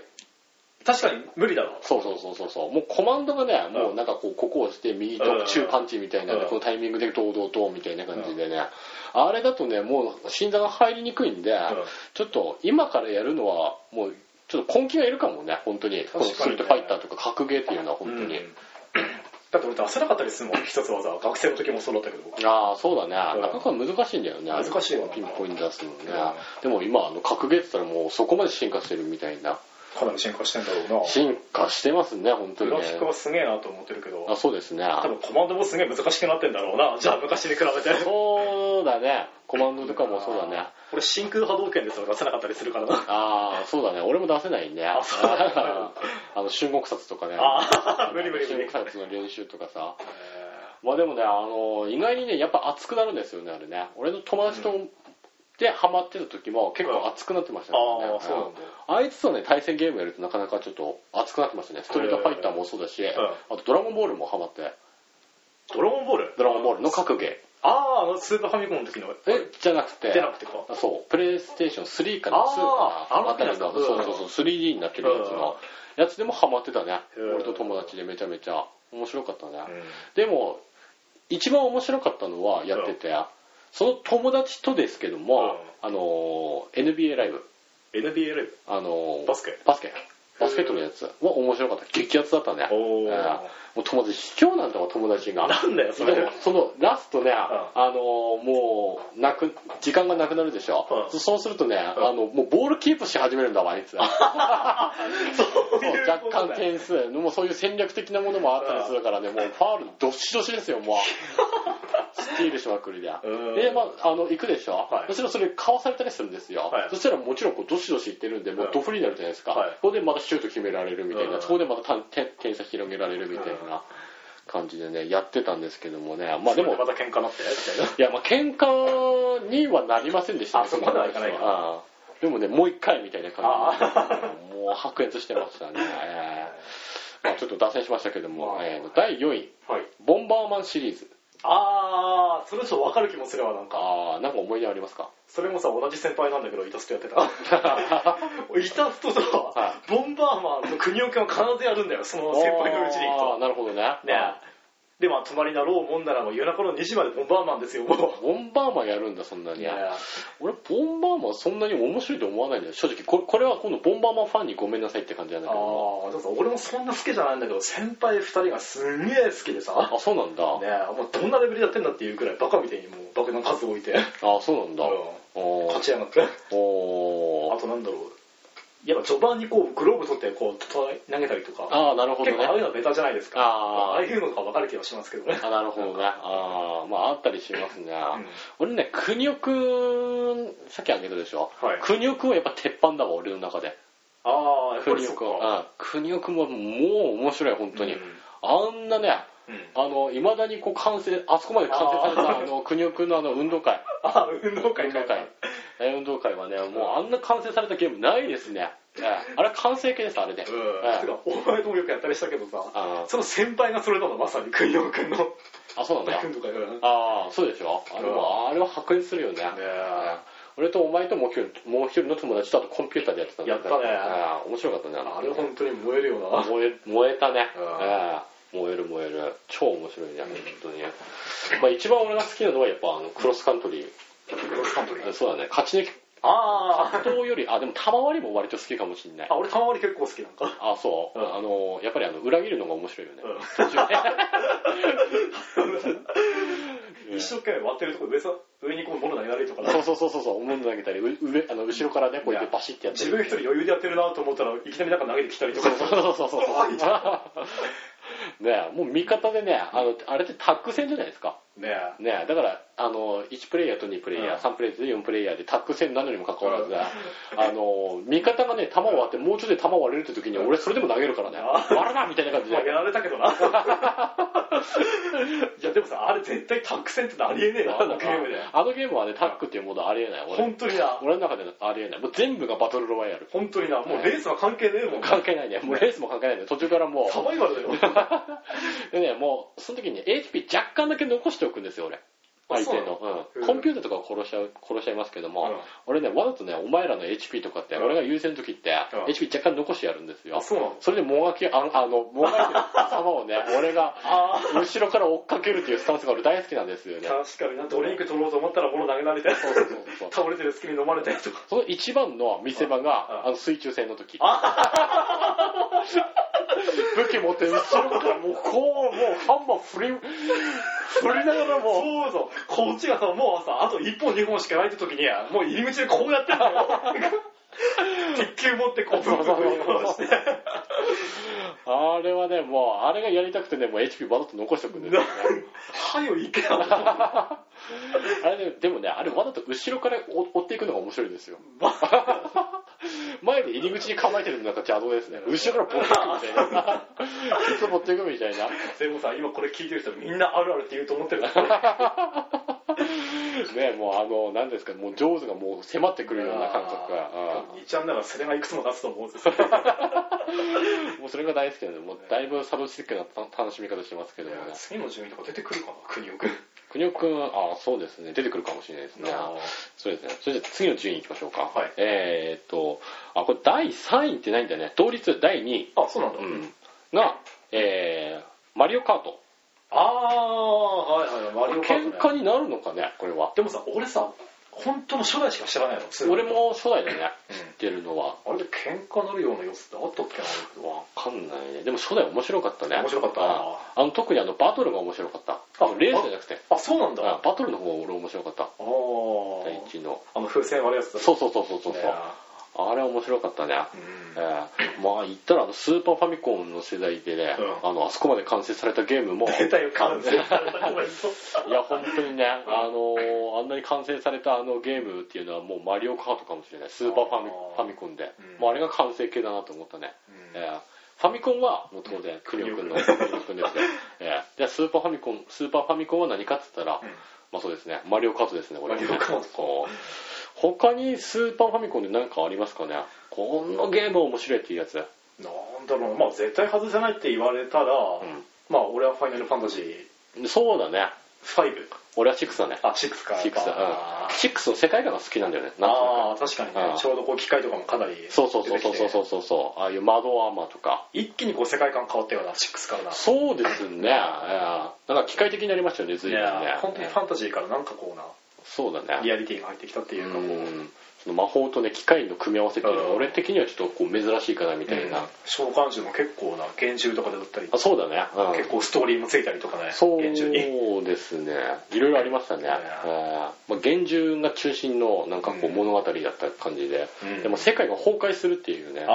Speaker 2: 確かに無理だろ。
Speaker 1: そうそうそうそうそう。もうコマンドがね、もうなんかこう、ここを押して、右と
Speaker 2: うん
Speaker 1: 中パンチみたいな
Speaker 2: う
Speaker 1: ね、
Speaker 2: ん
Speaker 1: このタイミングでどうどうどうみたいな感じでね。あれだとね、もう新山が入りにくいんで、ちょっと今からやるのは、もう、ちょっと根気がいるかもね、本当に。この
Speaker 2: 確
Speaker 1: ス
Speaker 2: か
Speaker 1: トリ
Speaker 2: にね
Speaker 1: ートファイターとか格ゲーっていうのは本当に。
Speaker 2: うんだって俺出せなかったりするもん、一つ技。学生の時もそうだったけど。
Speaker 1: ああ、そうだね。
Speaker 2: うん
Speaker 1: なかなか難しいんだよね。
Speaker 2: 難しいよな
Speaker 1: ピンポイント出すのね
Speaker 2: うん。
Speaker 1: でも今、あの、格ゲーって言ったらもうそこまで進化してるみたいな。
Speaker 2: かなり進化してんだろうな。
Speaker 1: 進化してますね、本当
Speaker 2: グ
Speaker 1: に
Speaker 2: ラ
Speaker 1: ね
Speaker 2: フィッ。クはすげえなと思ってるけど
Speaker 1: あ、、そうですね。
Speaker 2: 多分コマンドもすげえ難しくなってんだろうな。じゃあ昔に比べて。
Speaker 1: そうだね。コマンドとかもそうだね。
Speaker 2: 俺真空波動拳でそれ出せなかったりするからな。
Speaker 1: ああ、そうだね。俺も出せないね。あ
Speaker 2: そうなんだ
Speaker 1: の、春国殺とかね。
Speaker 2: あー無理無理無
Speaker 1: 春
Speaker 2: 理
Speaker 1: 国。殺の練習とかさ。まあでもね、あの、意外にね、やっぱ熱くなるんですよね、あれね。俺の友達と、で、ハマってた時も結構熱くなってましたね。
Speaker 2: ああ、そうなんだ。
Speaker 1: あいつとね、対戦ゲームやるとなかなかちょっと熱くなってましたね。ストリートファイターもそうだし、
Speaker 2: ん
Speaker 1: あとドラゴンボールもハマって、
Speaker 2: ドラゴンボール
Speaker 1: ドラゴンボールの格ゲ
Speaker 2: ああ、あのスーパーファミコンの時の。
Speaker 1: ー。えじゃなくて
Speaker 2: 出、なくてか。
Speaker 1: そう、プレイステーション3かな、2
Speaker 2: あー
Speaker 1: かな、
Speaker 2: あの
Speaker 1: あたり
Speaker 2: う
Speaker 1: の、
Speaker 2: ん
Speaker 1: そうそうそう、3D になってるやつの、やつでもハマってたね。
Speaker 2: うん
Speaker 1: 俺と友達でめちゃめちゃ面白かったね。でも、一番面白かったのはやってて、その友達とですけども、あのー、NBA ライブ、
Speaker 2: NBA ライ
Speaker 1: あのー、
Speaker 2: バスケ
Speaker 1: バスケ。バスケットのやつは面白かった。激アツだったね。
Speaker 2: おー
Speaker 1: えーもう友達、卑怯なんだわ、友達が。
Speaker 2: なんだよ、そ
Speaker 1: そ
Speaker 2: れ。
Speaker 1: のそのラストね、あのもうなく時間がなくなるでしょ、
Speaker 2: うん
Speaker 1: そうするとね、
Speaker 2: ん
Speaker 1: あのもうボールキープし始めるんだわあいつ
Speaker 2: そう
Speaker 1: もう
Speaker 2: いう
Speaker 1: 若
Speaker 2: こと
Speaker 1: 干
Speaker 2: だ よ
Speaker 1: 点数もうそういう戦略的なものもあったりするからね、 もうファールどっしどしですよもうスティールしまくりで、
Speaker 2: うん
Speaker 1: でまああの行くでしょ、
Speaker 2: は
Speaker 1: そ
Speaker 2: い
Speaker 1: したらそれかわされたりするんですよ、
Speaker 2: はい
Speaker 1: そしたらもちろんこうどしどしいってるんでもうドフリーになるじゃないですか、
Speaker 2: はい
Speaker 1: ここでまたシュート決められるみたいな、
Speaker 2: うん
Speaker 1: そこでまた点点差広げられるみたいな感じでねやってたんですけどもねまあでも
Speaker 2: また喧嘩になって、みた いな。
Speaker 1: いや、まあ喧嘩にはなりませんでした
Speaker 2: あそこまではいかないか
Speaker 1: ああでもね、もう一回みたいな感じで
Speaker 2: あ、
Speaker 1: もう白熱してましたね。 ええまあちょっと脱線しましたけども、
Speaker 2: はい
Speaker 1: ええ第4位、
Speaker 2: はい。
Speaker 1: ボンバーマンシリーズ。
Speaker 2: ああ、それちょっとわかる気もするわ、なんか。
Speaker 1: ああ、なんか思い出ありますか
Speaker 2: それ もさ、同じ先輩なんだけど、イタストやってた。イタストと
Speaker 1: は
Speaker 2: さ、ボンバーマンと国オ君は必ずやるんだよ、その先輩のうちに行く
Speaker 1: ああ、なるほどね。
Speaker 2: と。ねで、まあ、隣だろうもんなら、もう夜中の2時までボンバーマンですよ、も
Speaker 1: ボンバーマンやるんだ、そんな
Speaker 2: う。
Speaker 1: に。俺、ボンバーマンそんなに面白いと思わないんだよ。正直、これこれは今度、ボンバーマンファンにごめんなさいって感じなんだ
Speaker 2: あ
Speaker 1: けど。
Speaker 2: あ、だから俺もそんな好きじゃないんだけど、先輩2人がすんげえ好きでさ、
Speaker 1: あ、そうなんだ。
Speaker 2: ねえ、もうどんなレベルでやってんだっていうくらい、バカみたいにもう爆弾数置いて、
Speaker 1: あ、そうなんだ。お
Speaker 2: 勝
Speaker 1: ー
Speaker 2: ち上がって。
Speaker 1: お
Speaker 2: あ
Speaker 1: ー
Speaker 2: となんだろう。やっぱ序盤にこう、グローブ取って、こう、投げたりとか、
Speaker 1: あー、なるほど
Speaker 2: 結構ああいう
Speaker 1: ね。
Speaker 2: のはベタじゃないですか。あ
Speaker 1: あ
Speaker 2: あ
Speaker 1: ー
Speaker 2: いうのが分かる気がしますけどね。
Speaker 1: あ、なるほどね。あー、まあ、あったりしますね。
Speaker 2: うん
Speaker 1: 俺ね、くにおくん、さっきあげたでしょ。
Speaker 2: はい
Speaker 1: くにおくんはやっぱ鉄板だわ、俺の中で。
Speaker 2: ああ、やっぱ
Speaker 1: く
Speaker 2: り
Speaker 1: に
Speaker 2: そ
Speaker 1: お
Speaker 2: っ
Speaker 1: く
Speaker 2: か
Speaker 1: ん。。うんくにおくんももう面白い、本当に。
Speaker 2: うん
Speaker 1: あんなね、
Speaker 2: うん
Speaker 1: あの、いまだにこう完成、あそこまで完成された、あの、くにおくんのあの、運動会。
Speaker 2: あ運動会
Speaker 1: 運動会。えー運動会はね、もうあんな完成されたゲームないですね。えーあれ完成形です、あれで。え
Speaker 2: うん。
Speaker 1: ー
Speaker 2: てか、お前ともよくやったりしたけどさ、
Speaker 1: あー
Speaker 2: その先輩がそれなの、まさに、くんよくんの。
Speaker 1: あ、そうなんだ。
Speaker 2: 運動会が。
Speaker 1: ああ、そうでしょ。あれは、あれは白熱するよね。えー俺とお前ともう一人もう一人の友達とあとコンピューターでやってたんだけど
Speaker 2: やったね
Speaker 1: えー面白かったね。
Speaker 2: あれ本当に燃えるよな。
Speaker 1: 燃え燃えたね、
Speaker 2: うん
Speaker 1: ええ燃える燃える超面白いね本当に、まあ、一番俺が好きなのはやっぱあのクロスカントリ
Speaker 2: クロスカントリ
Speaker 1: ーそうだね勝ち抜き
Speaker 2: あ
Speaker 1: 党よりあでも玉割りも割と好きかもしんない
Speaker 2: あ。あ、俺、たまわり結構好きなんか。
Speaker 1: あそう、
Speaker 2: うん
Speaker 1: あのやっぱりあの裏切るのが面白いよね、
Speaker 2: う
Speaker 1: 途中でうん
Speaker 2: 一生懸命割ってるとこ上さ、上にこう物投げられるとかな
Speaker 1: そうそうそうそうそう物投げたりう上あの後ろからねこうやってバシッてやって
Speaker 2: 自分一人余裕でやってるなと思ったらいきなりなんか投げてきたりとか
Speaker 1: そうそうそうそうそう
Speaker 2: 怖いじ
Speaker 1: ねえもう味方でねあのあれってタッグ戦じゃないですか
Speaker 2: ねえ
Speaker 1: ねえだからあの1プレイヤーと2プレイヤー、
Speaker 2: うん
Speaker 1: 3プレイヤーと4プレイヤーでタッグ戦なのにもかかわらず、あの味方がね球を割ってもうちょっとで球割れるって時に俺それでも投げるからね
Speaker 2: あ
Speaker 1: 割らなみたいな感じで
Speaker 2: まあやられたけどないやでもさあれ絶対タック戦ってのありえねえなあのゲームで
Speaker 1: あのゲームはねタッグっていうものはありえない俺
Speaker 2: 本当にな
Speaker 1: 俺の中ではありえないもう全部がバトルロワイヤル
Speaker 2: 本当になもうレースは関係ねえもん
Speaker 1: 関係ないねもうレースも関係ないね途中からも
Speaker 2: サ
Speaker 1: う
Speaker 2: バイバルだよ
Speaker 1: でねもうその時に HP 若干だけ残しておくんですよ俺相手の、
Speaker 2: そううん
Speaker 1: コンピューターとかを殺しちゃう殺しちゃいますけども、
Speaker 2: うん
Speaker 1: 俺ねわざとねお前らの HP とかって、
Speaker 2: うん
Speaker 1: 俺が優先の時って、
Speaker 2: うん
Speaker 1: HP 若干残してやるんですよ
Speaker 2: あそうなの
Speaker 1: それでもがきああのもがきの球を ね俺が
Speaker 2: あ
Speaker 1: 後ろから追っかけるっていうスタンスが俺大好きなんですよね
Speaker 2: 確かになドリンク取ろうと思ったら物投げられて
Speaker 1: そうそうそうそう
Speaker 2: 倒れてる隙に飲まれてとか
Speaker 1: その一番の見せ場
Speaker 2: うん
Speaker 1: が、あの水中戦の時。武器持って後ろからもうこう、もうハンマー振り、振りながらもう、
Speaker 2: そうそうこっちがさもうさあと1本2本しかないって時にもう入り口でこうやってんだよ鉄球持ってこうブ
Speaker 1: そ
Speaker 2: ンブ
Speaker 1: う
Speaker 2: ン
Speaker 1: そう
Speaker 2: ブンブンして
Speaker 1: あれはね、もう、あれがやりたくてね、もう HP バロッと残しておくんですよね。
Speaker 2: はよ行けよ。ま
Speaker 1: あれね、でもね、あれわざと後ろから追追っていくのが面白いんですよ。 前で入り口に構えてるのなんか邪道ですね。後ろからボタンみたいな。ケツ持っていくみたいな。
Speaker 2: でもさ、今これ聞いてる人みんなあるあるって言うと思ってるから。
Speaker 1: ねもうあの、なんですか、もうジョーズがもう迫ってくるような感覚が。
Speaker 2: 2ちゃんならそれがいくつも出すと思うんですよ。
Speaker 1: うんもうそれが大好きなので、もうだいぶサブスティックなた楽しみ方してますけどもね。
Speaker 2: 次の順位とか出てくるかな、国尾くん。
Speaker 1: くにおくんは、あそうですね、出てくるかもしれないですね。そうですね。それじゃあ次の順位いきましょうか。
Speaker 2: はい
Speaker 1: えーっと、あ、これ第3位ってないんだよね。同率第2位。
Speaker 2: あ、そうなんだ。
Speaker 1: うん。が、えー、マリオカート。
Speaker 2: ああ、はいはい、マリオカート
Speaker 1: 喧嘩
Speaker 2: ね
Speaker 1: になるのかね、これは。
Speaker 2: でもさ、俺さ、本当の初代しか知らないの。
Speaker 1: 俺。も初代だね、
Speaker 2: うん
Speaker 1: 知ってるのは。
Speaker 2: あれで喧嘩なるような様子ってあったっけな
Speaker 1: わかんないね。でも初代面白かったね。
Speaker 2: 面白かった
Speaker 1: ああの特にあのバトルが面白かった。あレースじゃなくて。
Speaker 2: あ、そうなんだ。
Speaker 1: あ
Speaker 2: あ
Speaker 1: バトルの方が俺面白かった。
Speaker 2: あ。
Speaker 1: 第一の。
Speaker 2: あの風船割るやつだ。
Speaker 1: そうそうそうそうそう。
Speaker 2: ね
Speaker 1: あれ面白かったね。
Speaker 2: うん
Speaker 1: えーまあ言ったらあのスーパーファミコンの世代でね、
Speaker 2: うん
Speaker 1: あのあそこまで完成されたゲームも
Speaker 2: 出たよ、完成されたコメン
Speaker 1: いや本当にね、あのーあんなに完成されたあのゲームっていうのはもうマリオカートかもしれないスーパーファミ
Speaker 2: あー
Speaker 1: ファミコンで、
Speaker 2: うん
Speaker 1: もうあれが完成形だなと思ったね、えーフ
Speaker 2: ト。
Speaker 1: ァミコンはもう当然クニオくんの
Speaker 2: ク
Speaker 1: クニオくんですね、えーでスーパーファミコンスーパーファミコンは何かって言ったら、
Speaker 2: うん
Speaker 1: まあそうですねマリオカートですねこれ
Speaker 2: マリオカート
Speaker 1: そう他にスーパーファミコンで何かありますかねこのゲーム面白いっていうやつ
Speaker 2: なんだろうなまあ絶対外せないって言われたら、
Speaker 1: ん
Speaker 2: まあ俺はファイナルファンタジー
Speaker 1: そうだね。
Speaker 2: 5?
Speaker 1: 俺は6だね。
Speaker 2: あ、6か。
Speaker 1: 6だ
Speaker 2: あ。ー
Speaker 1: 6の世界観が好きなんだよね。なんとなく
Speaker 2: あー、確かに
Speaker 1: う
Speaker 2: ね
Speaker 1: ん。
Speaker 2: ちょうどこう機械とかもかなり出てきて。
Speaker 1: そうそうそうそうそうそうそう。ああいう窓アーマーとか。
Speaker 2: 一気にこう世界観変わったような6からな。
Speaker 1: そうですね。えーなんか機械的になりましたよね、随分ね。
Speaker 2: 本当にファンタジーからなんかこうな、
Speaker 1: そうだね。
Speaker 2: リアリティが入ってきたっていうかこう、
Speaker 1: うんその魔法とね、機械の組み合わせっていうのは、
Speaker 2: うん
Speaker 1: 俺的にはちょっとこう珍しいかなみたいな。
Speaker 2: 召喚獣も結構な幻獣とかでだったり
Speaker 1: あ、そうだね。うん
Speaker 2: 結構ストーリーもついたりとかね
Speaker 1: そう
Speaker 2: 幻獣に
Speaker 1: ですね。いろいろありましたね。
Speaker 2: ね
Speaker 1: えーまあ、厳重が中心のなんかこう
Speaker 2: うん
Speaker 1: 物語だった感じで、
Speaker 2: うん
Speaker 1: でも世界が崩壊するっていうね。
Speaker 2: あー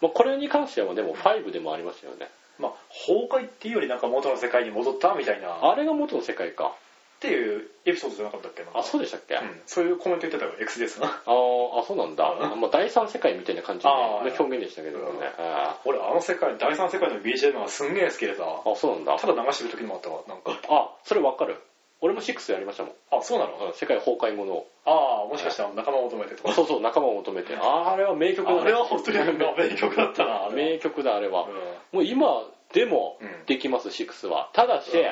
Speaker 1: まあ、これに関してはでも5でもありましたよね。
Speaker 2: まあ崩壊っていうよりなんか元の世界に戻ったみたいなっ
Speaker 1: あれが元の世界か。
Speaker 2: ていうエピソードじゃなかったっけな
Speaker 1: あ、そうでしたっけ、
Speaker 2: うんそういうコメント言ってたよ XDS が
Speaker 1: あーあ、そうなんだ。
Speaker 2: う
Speaker 1: まあ、第三世界みたいな感じで
Speaker 2: あー
Speaker 1: の表現でしたけどもね。あ
Speaker 2: 俺あの世界第三世界の BGM がすんげえ好きでさ
Speaker 1: ーあ、そうなんだ。
Speaker 2: ただ流してる時もあったわなんか
Speaker 1: あ、それわかる。俺も6やりましたもん。
Speaker 2: あそうなの
Speaker 1: うん世界崩壊後の。
Speaker 2: ああもしかしたら仲間を求めてとか
Speaker 1: そうそう、仲間を求めて。あれは名曲だ、ね。
Speaker 2: あれは本当になんか名曲だったなあれ
Speaker 1: 名曲だ、あれは。
Speaker 2: はう
Speaker 1: もう今でも
Speaker 2: うん
Speaker 1: できます、6は。ただし、
Speaker 2: うん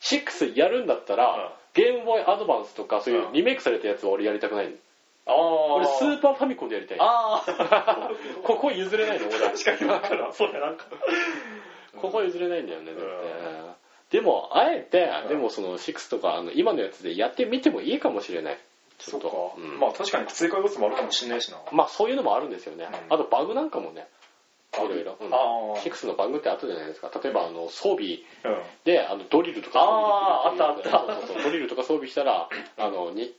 Speaker 1: 6やるんだったら、ゲームボーイアドバンスとか、そういううんリメイクされたやつは俺やりたくないの。
Speaker 2: ああ
Speaker 1: 俺、スーパーファミコンでやりたい。
Speaker 2: ああ
Speaker 1: ここ譲れないの、俺。
Speaker 2: 確かにだからそれなんか
Speaker 1: ここ譲れないんだよね、だってで
Speaker 2: う
Speaker 1: も、あえて、
Speaker 2: うん
Speaker 1: でもその6とか、あの、今のやつでやってみてもいいかもしれない。ち
Speaker 2: そ
Speaker 1: ょ
Speaker 2: う
Speaker 1: っ
Speaker 2: か
Speaker 1: と。うん
Speaker 2: まあ確かに追加要素もあるかもしれないしなあ
Speaker 1: まあ、そういうのもあるんですよね。
Speaker 2: うん
Speaker 1: あと、バグなんかもね、いろいろ。うん
Speaker 2: あー
Speaker 1: 6のバグってあったじゃないですか。例えば、あの、装備
Speaker 2: うん
Speaker 1: で、あの、ドリルとか
Speaker 2: あー
Speaker 1: 装備できる
Speaker 2: あったあった
Speaker 1: そうそうそうドリルとか装備したら、あの、に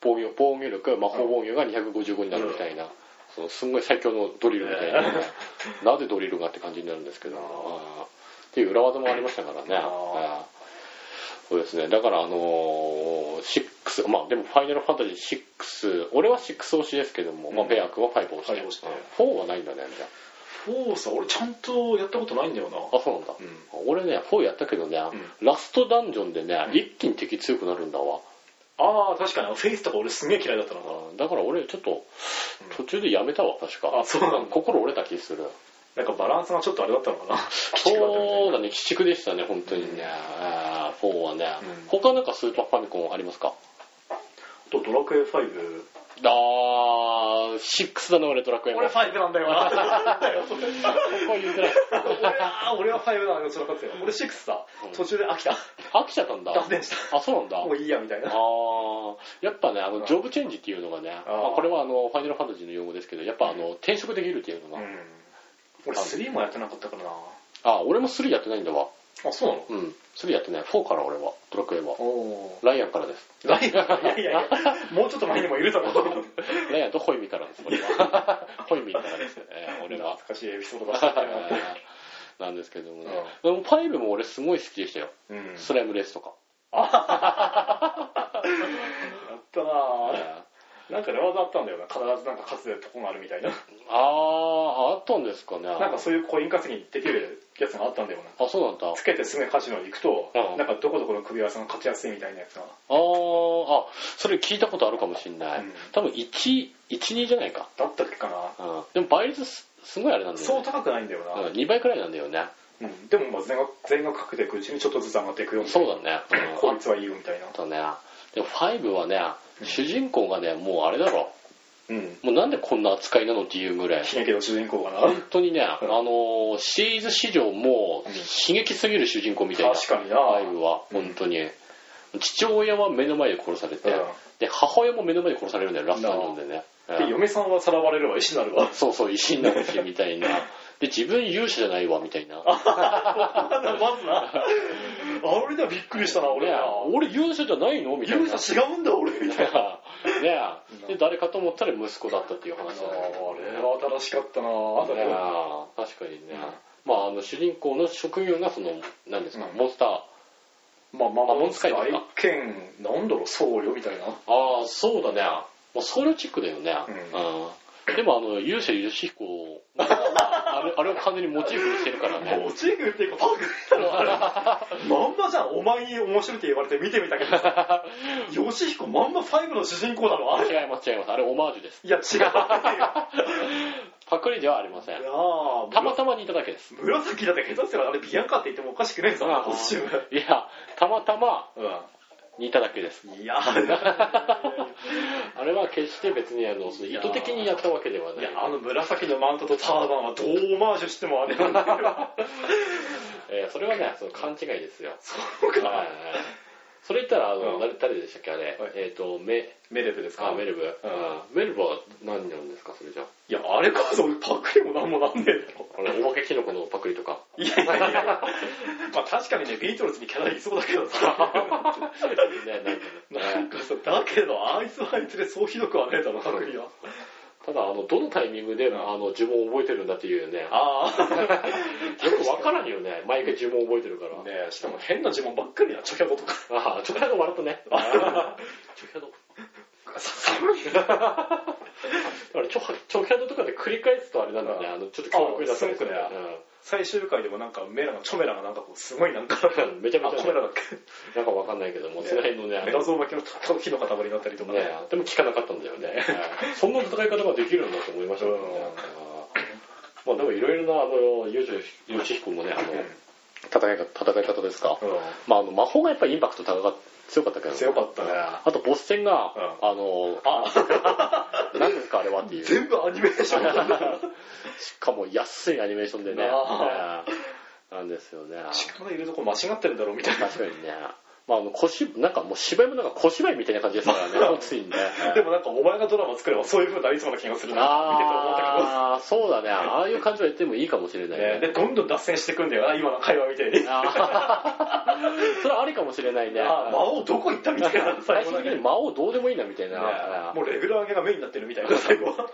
Speaker 1: 防御、防御力、魔法防御が255になるみたいな。そのすんごい最強のドリルみたいな、なぜドリルがって感じになるんですけど、
Speaker 2: あー
Speaker 1: あーっていう裏技もありましたからね、
Speaker 2: あー
Speaker 1: あーそうですねだからあのー、6まあでも「ファイナルファンタジー6」俺は6推しですけども、まあ、
Speaker 2: うん
Speaker 1: ペア君は5推しで、
Speaker 2: 5推しで
Speaker 1: 4はないんだねじゃ
Speaker 2: フォーさ俺ちゃんとやったことないんだよな
Speaker 1: ああそうなんだ、
Speaker 2: うん
Speaker 1: 俺ね4やったけどね、
Speaker 2: う
Speaker 1: ラストダンジョンでね、
Speaker 2: うん
Speaker 1: 一気に敵強くなるんだわ、
Speaker 2: ああ確かにあのフェイスとか俺すんげえ嫌いだったな
Speaker 1: うんだから俺ちょっと途中でやめたわ確か、
Speaker 2: あそうなんだ
Speaker 1: 心折れた気する
Speaker 2: なんかバランスがちょっとあれだったの かな
Speaker 1: そうだね鬼畜でしたね本当にね、あー4はね、
Speaker 2: うん
Speaker 1: 他なんかスーパーファミコンありますか
Speaker 2: あとドラクエ5
Speaker 1: あー6だな俺ドラクエも
Speaker 2: 俺5なんだよ な
Speaker 1: こう言 ってない
Speaker 2: 俺は俺は5なんだよそれかったよ俺6さ
Speaker 1: うん
Speaker 2: 途中で飽きた
Speaker 1: 飽きちゃったんだ
Speaker 2: 断念した
Speaker 1: あそうなんだ
Speaker 2: もういいやみたい
Speaker 1: あ
Speaker 2: な
Speaker 1: ーやっぱねあのジョブチェンジっていうのがね、
Speaker 2: あー
Speaker 1: まあこれはあのファイナルファンタジーの用語ですけどやっぱあの転職できるっていうのが、
Speaker 2: うん俺3もやってなかったからな
Speaker 1: あ俺も3やってないんだわ
Speaker 2: あそうなの
Speaker 1: うん3やってない4から俺はドラクエは
Speaker 2: おお
Speaker 1: ライアンからです
Speaker 2: ライアンいやいやいやもうちょっと前にもいるだろう
Speaker 1: ライアンとホイミからです俺 はホイミからですね俺は
Speaker 2: 懐かしいエピソードだったね
Speaker 1: なんですけどもね、でも5も俺すごい好きでしたよ、
Speaker 2: うん
Speaker 1: スライムレースとか、
Speaker 2: やったなぁなんかレワードあったんだよな必ずなんか勝つとこがあるみたいな
Speaker 1: あああったんですかね
Speaker 2: なんかそういうコイン稼ぎにできるやつがあったんだよな
Speaker 1: あそうなんだあー
Speaker 2: つけてすぐカジノに行くと、
Speaker 1: うん
Speaker 2: なんかどこどこの組み合わせが勝ちやすいみたいなやつが
Speaker 1: あそれ聞いたことあるかもしんない、
Speaker 2: うん
Speaker 1: 多分112じゃないか、
Speaker 2: だったっけかな、
Speaker 1: うん、でも倍率すすごいあれなんだよ
Speaker 2: そう
Speaker 1: ね
Speaker 2: 高くないんだよな、
Speaker 1: うん、2倍くらいなんだよね
Speaker 2: うんでもまあ全額全額かけていくうちにちょっとずつ上がっていくよみた
Speaker 1: そ
Speaker 2: いう
Speaker 1: だ
Speaker 2: な
Speaker 1: ね、うん
Speaker 2: 効率はいいよみたいな
Speaker 1: あとねでも5はね
Speaker 2: うん
Speaker 1: 主人公がねもうあれだろ
Speaker 2: うん
Speaker 1: もうなんでこんな扱いなのっていうぐらい
Speaker 2: ひねけど主人公がな
Speaker 1: 本当にね、あのーシリーズ史上もう
Speaker 2: うん
Speaker 1: 悲劇すぎる主人公みたいな、
Speaker 2: 確かにな
Speaker 1: ライブは、本当に。父親は目の前で殺されて、
Speaker 2: うん
Speaker 1: で、母親も目の前で殺されるんだよ、ラストなんでね。う
Speaker 2: で
Speaker 1: ん
Speaker 2: 嫁さんはさらわれるわ石になる わ
Speaker 1: そうそう、石になるし、みた いな。で、自分勇者じゃないわ、みたいな。
Speaker 2: まずなあ俺ではびっくりしたな俺
Speaker 1: ね
Speaker 2: は
Speaker 1: 俺勇者じゃないのみたいな。
Speaker 2: 勇者違うんだ俺みたいな
Speaker 1: ねで、誰かと思ったら息子だったっていう
Speaker 2: あ
Speaker 1: 話だね。
Speaker 2: れは新しかったなあと
Speaker 1: ね
Speaker 2: ね
Speaker 1: 確かにね。まあ、あの、主人公の職業がその、何ですか、モンスター。
Speaker 2: まあまあ
Speaker 1: あモンスカイとか
Speaker 2: 愛犬なんだろう僧侶みたいな
Speaker 1: ああ、そうだね。まあ、ソウルチックだよね。
Speaker 2: う
Speaker 1: うんでも、あの、勇者ヨシヒコを、 あれ、あれを完全にモチーフにしてるからね。
Speaker 2: モチーフっていうかパクリだろあれ まんまじゃんお前に面白いって言われて見てみたけどさヨシヒコまんま5の主人公だろあれ
Speaker 1: 違います、違います。あれ、オマージュです。
Speaker 2: いや違う
Speaker 1: パクリではありません
Speaker 2: い。やー
Speaker 1: たまたまにいただけです。
Speaker 2: 紫だって下手したらあれビアンカって言ってもおかしくないぞ、
Speaker 1: あ
Speaker 2: あ
Speaker 1: ー
Speaker 2: のコスチューム。
Speaker 1: いや、たまたまにいただけです。
Speaker 2: いや ー、
Speaker 1: あれは決して別にあのその意図的にやったわけではない
Speaker 2: いや、あの紫のマントとターバンはどうオマージュしてもあれなん だけど。
Speaker 1: えーそれはねその勘違いですよ
Speaker 2: そう
Speaker 1: はいはい
Speaker 2: か。
Speaker 1: それ言ったらあの、
Speaker 2: うん
Speaker 1: 誰誰でしたっけあれ、
Speaker 2: はい
Speaker 1: えっ、とメ
Speaker 2: メレブですか
Speaker 1: あメルブ、あメルブは何になるんですかそれじゃあ
Speaker 2: いや、あれこそパクリもなんもなんねえだろ。
Speaker 1: あれおまけキノコのパクリとか
Speaker 2: いやいやいや。まあ確かにね、ビートルズにキャラいそうだけどさ。
Speaker 1: ねな
Speaker 2: なんん
Speaker 1: か
Speaker 2: かさ、だけど、あいつはあいつでそうひどくはねえだろ、パクリは。
Speaker 1: ただあのどのタイミングで、
Speaker 2: ん
Speaker 1: あの呪文を覚えてるんだっていうねよ
Speaker 2: ああ。
Speaker 1: くわからんよね毎回呪文覚えてるから、
Speaker 2: ねえ、しかも変な呪文ばっかりや、チョキャドとか。
Speaker 1: ああちょっと笑ったねちょっと
Speaker 2: 寒い
Speaker 1: あれ、ちょ、ちょ、キャドとかで繰り返すとあれなんだね。
Speaker 2: うん
Speaker 1: あの、ちょっと強力になったりしてね
Speaker 2: あす最終回でもなんかメラが、チョメラがなんかこう、すごいなんか、
Speaker 1: うんめちゃめ
Speaker 2: あ、
Speaker 1: ちゃ
Speaker 2: コ
Speaker 1: ね、
Speaker 2: メラだっけ
Speaker 1: なんかわかんないけども、その辺のね、あ
Speaker 2: メ
Speaker 1: の
Speaker 2: ラゾーマキの木の塊になったりとかね。
Speaker 1: ね、でも聞かなかったんだよね。 そんな戦い方ができるんだと思いましたけどね
Speaker 2: う
Speaker 1: まあ
Speaker 2: ん。
Speaker 1: でもいろいろな、あの、ヨシヨシヒコもね、あの、戦い方、戦い方ですか。
Speaker 2: う
Speaker 1: まああの、魔法がやっぱりインパクト高か強かったけど
Speaker 2: ん。強かったね。
Speaker 1: あと、ボス戦が、
Speaker 2: う
Speaker 1: あの、
Speaker 2: あ、
Speaker 1: 何ですかあれ はっていう。
Speaker 2: 全部アニメーションだな。
Speaker 1: しかも安いアニメーションでね。
Speaker 2: あ
Speaker 1: うんなんですよね。
Speaker 2: 力いるとこ間違ってるだろ、みたいな。
Speaker 1: 確かにね。まあ、あの、小芝なんかもう芝居もなんか小芝居みたいな感じです からね、ついにね。
Speaker 2: でもなんか、お前がドラマ作ればそういう風になりそうな気がするな、見てて思ったけど。
Speaker 1: ああ、そうだね。ああいう感じは言ってもいいかもしれない
Speaker 2: ね
Speaker 1: ね。
Speaker 2: で、どんどん脱線してくんだよな、今の会話みたいに。
Speaker 1: あー それはありかもしれないね。
Speaker 2: あ、魔王どこ行ったみたいな、
Speaker 1: 最
Speaker 2: 最後
Speaker 1: 終
Speaker 2: だ
Speaker 1: 的
Speaker 2: け
Speaker 1: に。魔王どうでもいいなみたいな。あ
Speaker 2: もうレギュラー上げがメインになってるみたいな、最後は。
Speaker 1: ー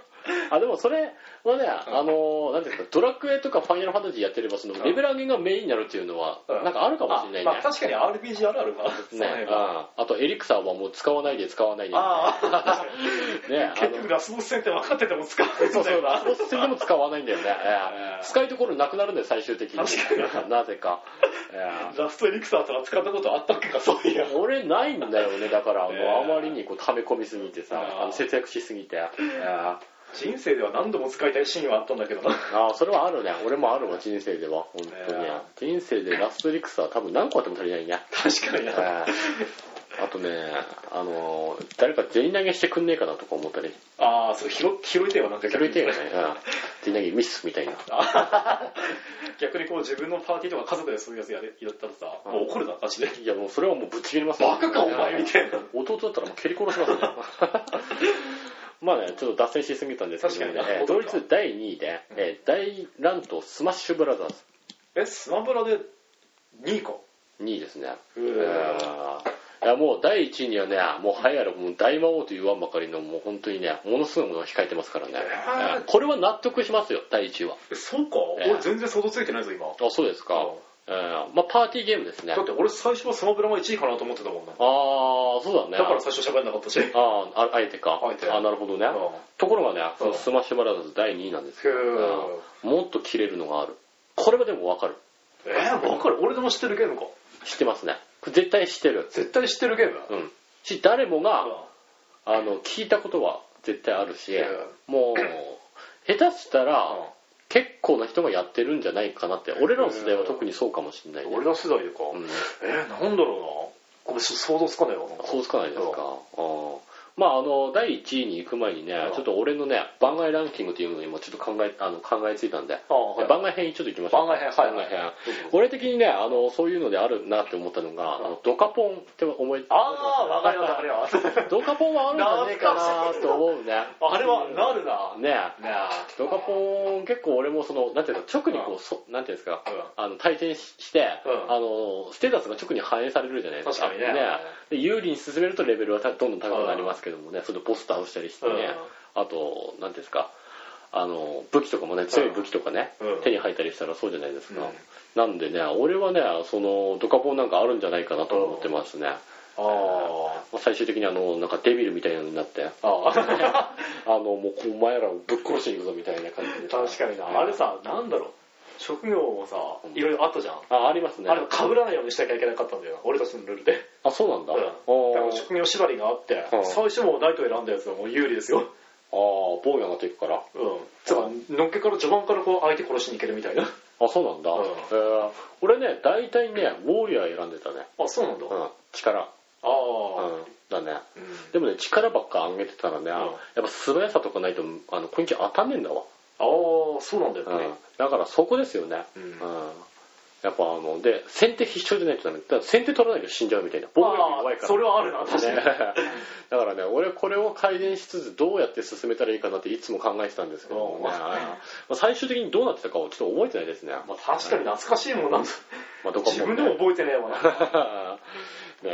Speaker 1: あでもそれはね、あの、なんていうんですか、ドラクエとかファイナルファンタジーやってれば、そのレベル上げがメインになるっていうのは、
Speaker 2: うん
Speaker 1: なんかあるかもしれない
Speaker 2: まあ
Speaker 1: ね。
Speaker 2: 確かに RPG あるあるか。その
Speaker 1: ね、
Speaker 2: 辺
Speaker 1: うん
Speaker 2: は
Speaker 1: あとエリクサーはもう使わないで使わないで。
Speaker 2: ああ。
Speaker 1: ね、あ
Speaker 2: 結
Speaker 1: の
Speaker 2: 局ラスボス戦って分かってても使わないん
Speaker 1: そう
Speaker 2: だ
Speaker 1: そう、
Speaker 2: よ
Speaker 1: ラ
Speaker 2: な。
Speaker 1: スボス戦でも使わないんだ よね。ええ使いどころなくなるんだよ、最終的に。
Speaker 2: 確
Speaker 1: なぜか。え
Speaker 2: ラストエリクサーとか使ったことあったっけか、そういや
Speaker 1: え。俺ないんだよね、だから、あ
Speaker 2: ねえ
Speaker 1: のあまりにこう溜め込みすぎてさ、
Speaker 2: あー
Speaker 1: あの節約しすぎて。ええ
Speaker 2: 人生では何度も使いたいシーンはあったんだけどな。
Speaker 1: ああ、それはあるね。俺もあるわ、人生では。本当に
Speaker 2: ねえ。
Speaker 1: 人生でラストリクスは多分何個あっても足りないね。
Speaker 2: 確かに
Speaker 1: ええ
Speaker 2: な。
Speaker 1: あとね、あの、誰か全員投げしてくんねえかなとか思ったり。
Speaker 2: ああ、そう、拾拾い手はなんか
Speaker 1: それてよね。全員投げミスみたいな。
Speaker 2: 逆にこう自分のパーティーとか家族でそういうやつやれやったらさ、
Speaker 1: うん
Speaker 2: もう怒るな、マジで。
Speaker 1: いや、もうそれはもうぶっちぎりますよ
Speaker 2: バカか、お前みたいな。
Speaker 1: 弟だったらもう蹴り殺しますよ まあね、ちょっと脱線しすぎたんですけどもね
Speaker 2: 確かに、
Speaker 1: えー同率第2位で、えー大乱闘スマッシュブラザーズ
Speaker 2: え、スマブラで2個。
Speaker 1: 2位ですね。
Speaker 2: うー
Speaker 1: えーいやもう第1位にはね、もう流行るもう大魔王と言わんばかりの、もう本当にね、ものすごいものが控えてますからね。
Speaker 2: えー
Speaker 1: えーこれは納得しますよ、第1位は。
Speaker 2: そうか、
Speaker 1: ええ
Speaker 2: 俺全然想像ついてないぞ、今。
Speaker 1: あ、そうですか。えーまあパーティーゲームですね。あ
Speaker 2: だって俺最初はスマブラが1位かなと思ってたもんな。だ
Speaker 1: あー、そうだね。
Speaker 2: から最初喋んなかったし。
Speaker 1: あーあ、あえてか。
Speaker 2: あえて
Speaker 1: あ、なるほどね。
Speaker 2: う
Speaker 1: ところがね、その
Speaker 2: うん
Speaker 1: スマッシュブラザーズ第2位なんです
Speaker 2: ん
Speaker 1: よ。うんもっと切れるのがある。これはでもわかる。
Speaker 2: えー、分かる俺でも知ってるゲームか
Speaker 1: 知ってますね。これ絶対知ってる。
Speaker 2: 絶対知ってるゲーム
Speaker 1: うん。し、誰も
Speaker 2: あ
Speaker 1: が、あの、聞いたことは絶対あるし
Speaker 2: うん、
Speaker 1: もう、下手したら、結構な人がやってるんじゃないかなって。俺らの世代は特にそうかもしれないね。
Speaker 2: 俺の世代でか、
Speaker 1: うん。
Speaker 2: えー、なんだろうなこれ想像つかないわなんか
Speaker 1: そうつかないですか。あーまあ、あの、第1位に行く前にね
Speaker 2: う、ん
Speaker 1: ちょっと俺のね、番外ランキングっていうのを今ちょっと考え、あの、考えついたんで。
Speaker 2: あはい
Speaker 1: 番外編にちょっと行きましょう。
Speaker 2: 番外編はい
Speaker 1: 番外編。俺的にね、あの、そういうのであるなって思ったのが、あのドカポンって思い、
Speaker 2: ああ分かります分かります
Speaker 1: ドカポンはあるんじゃねえかなと思うね。
Speaker 2: あれはなるな
Speaker 1: ねえ。
Speaker 2: ね
Speaker 1: ドカポン、結構俺もその、なんていうの、直にこう、そなんていうんですか、
Speaker 2: う
Speaker 1: あの、対戦しして、
Speaker 2: うん
Speaker 1: あの、ステータスが直に反映されるじゃないですか。
Speaker 2: 確かにね
Speaker 1: で有利に進めるとレベルはたどんどん高くなりますけどもね、それでボス倒したりしてね、あと、なんていうんですか、あの、武器とかもね、強い武器とかね、
Speaker 2: うん
Speaker 1: 手に入ったりしたらそうじゃないですか。
Speaker 2: うん
Speaker 1: なんでね、俺はね、その、ドカポンなんかあるんじゃないかなと思ってますね。
Speaker 2: あ
Speaker 1: まあ最終的にあの、なんかデビルみたいなのになって、
Speaker 2: ああ
Speaker 1: あの、もうこうお前らをぶっ殺しに行くぞみたいな感じで。
Speaker 2: 確かになあれさなんだろう職業もさいろいろあったじゃん
Speaker 1: あ、ありますね。
Speaker 2: あれ被らないようにしなきゃいけなかったんだよ俺たちのルールで
Speaker 1: あ、そうなんだ。
Speaker 2: うん
Speaker 1: おー
Speaker 2: だから職業縛りがあって
Speaker 1: うん
Speaker 2: 最初もうナイト選んだやつはもう有利ですよ
Speaker 1: ああ、坊やが敵から。
Speaker 2: うん。つまり、のっけから序盤からこう相手殺しに行けるみたいな。
Speaker 1: あ、そうなんだ。
Speaker 2: うん
Speaker 1: えー俺ね、大体ね、ウォーリアー選んでたね。
Speaker 2: あ、そうなんだ。
Speaker 1: うん、力。
Speaker 2: あ
Speaker 1: う
Speaker 2: あ。
Speaker 1: ん、だね。
Speaker 2: うん
Speaker 1: でもね、力ばっか上げてたらね、やっぱ素早さとかないと、あの、攻撃当たんねえんだわ。
Speaker 2: ああ、そうなんだ
Speaker 1: うん
Speaker 2: よね。
Speaker 1: だからそこですよね。
Speaker 2: うん
Speaker 1: うんやっぱあの、で、先手必勝じゃないとダメ。だから先手取らないと死んじゃうみたいな。防御力弱い
Speaker 2: あ
Speaker 1: か
Speaker 2: あ
Speaker 1: ら。
Speaker 2: それはあるな、確か
Speaker 1: ね
Speaker 2: に。
Speaker 1: だからね、俺これを改善しつつどうやって進めたらいいかなっていつも考えてたんですけどもね、
Speaker 2: うん
Speaker 1: まあ最終的にどうなってたかをちょっと覚えてないですね。
Speaker 2: まあ確かに懐かしいもんなんだ。
Speaker 1: まあ、どこ
Speaker 2: 自
Speaker 1: もね、
Speaker 2: 分でも覚えてねえわな。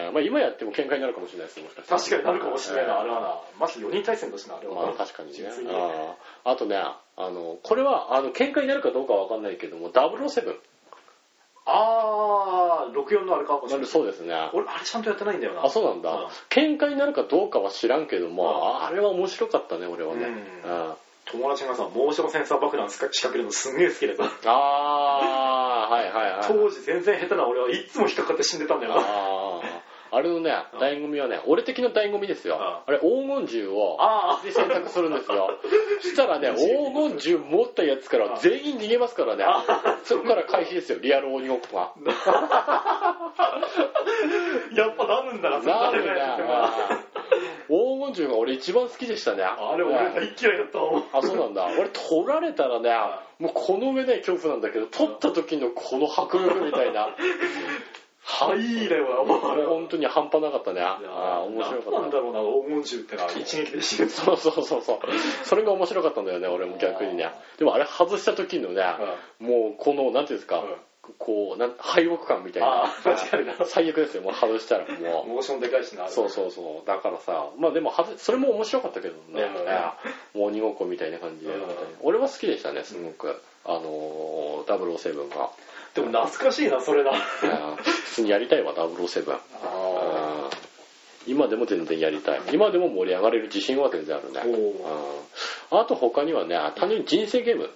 Speaker 1: ねまあ今やっても喧嘩になるかもしれないですね、もしかしたら
Speaker 2: 確かになるかもしれないな、あ
Speaker 1: え
Speaker 2: れはな。まず4人対戦だしな、あ
Speaker 1: え
Speaker 2: れは。
Speaker 1: まあ確かにね。
Speaker 2: 実に。
Speaker 1: あああとね、あの、これは、あの、喧嘩になるかどうかはわかんないけども、007。
Speaker 2: あー、64のあれかもし
Speaker 1: な
Speaker 2: れ
Speaker 1: んで
Speaker 2: ない。
Speaker 1: そうですね。
Speaker 2: 俺、あれちゃんとやってないんだよな。
Speaker 1: あ、そうなんだ。
Speaker 2: うん
Speaker 1: 喧嘩になるかどうかは知らんけども、あれは面白かったね、俺はね。
Speaker 2: うん
Speaker 1: あ
Speaker 2: 友達がさ、モーションセンサー爆弾仕掛けるのすんげえ好きでさ、
Speaker 1: あー、はいはいはい。
Speaker 2: 当時全然下手な俺はいつも引っかかって死んでたんだよな。
Speaker 1: あーあれのね、醍醐味はね、俺的な醍醐味ですよ。
Speaker 2: あ
Speaker 1: あれ、黄金銃を、
Speaker 2: あ
Speaker 1: で選択するんです よ。したらね、黄金銃持ったやつから全員逃げますからね。そこから回避ですよ、リアル鬼ごっこが。
Speaker 2: ー、 やっぱダムんだな、それ
Speaker 1: なる
Speaker 2: 誰がやっても
Speaker 1: な黄金銃が俺一番好きでしたね。
Speaker 2: あれ俺大嫌いだったもん。
Speaker 1: あ、そうなんだ。俺取られたらね、もうこの上ない恐怖なんだけど、取った時のこの迫力みたいな。
Speaker 2: はい、だよな、もうあ
Speaker 1: も
Speaker 2: れ
Speaker 1: う
Speaker 2: は。
Speaker 1: 本当に半端なかったね。ああ、面白
Speaker 2: な
Speaker 1: か
Speaker 2: ん
Speaker 1: っ
Speaker 2: だ
Speaker 1: た。
Speaker 2: ろうな、黄金銃ってな、一撃で死ぬ。
Speaker 1: そうそうそうそう。それが面白かったんだよね、俺も逆にね。でもあれ外した時のね、もうこの、なんていうんですか、こう、なん敗北感みたい
Speaker 2: あ
Speaker 1: な
Speaker 2: あ。、間違いな。
Speaker 1: 最悪ですよ、もう外したらもう。
Speaker 2: モーションでかいしな、あれ
Speaker 1: そうそうそう。だからさ、まあでも外、それも面白かったけどね。もう鬼ごっこみたいな感じで
Speaker 2: うん。
Speaker 1: 俺は好きでしたね、すごく。あのー、007が。
Speaker 2: でも懐かしいな、それな。
Speaker 1: いやー普通にやりたいわ、007。
Speaker 2: あ
Speaker 1: うん今でも全然やりたい。今でも盛り上がれる自信は全然あるね。
Speaker 2: おー
Speaker 1: うんあと他にはね、単純に人生ゲーム。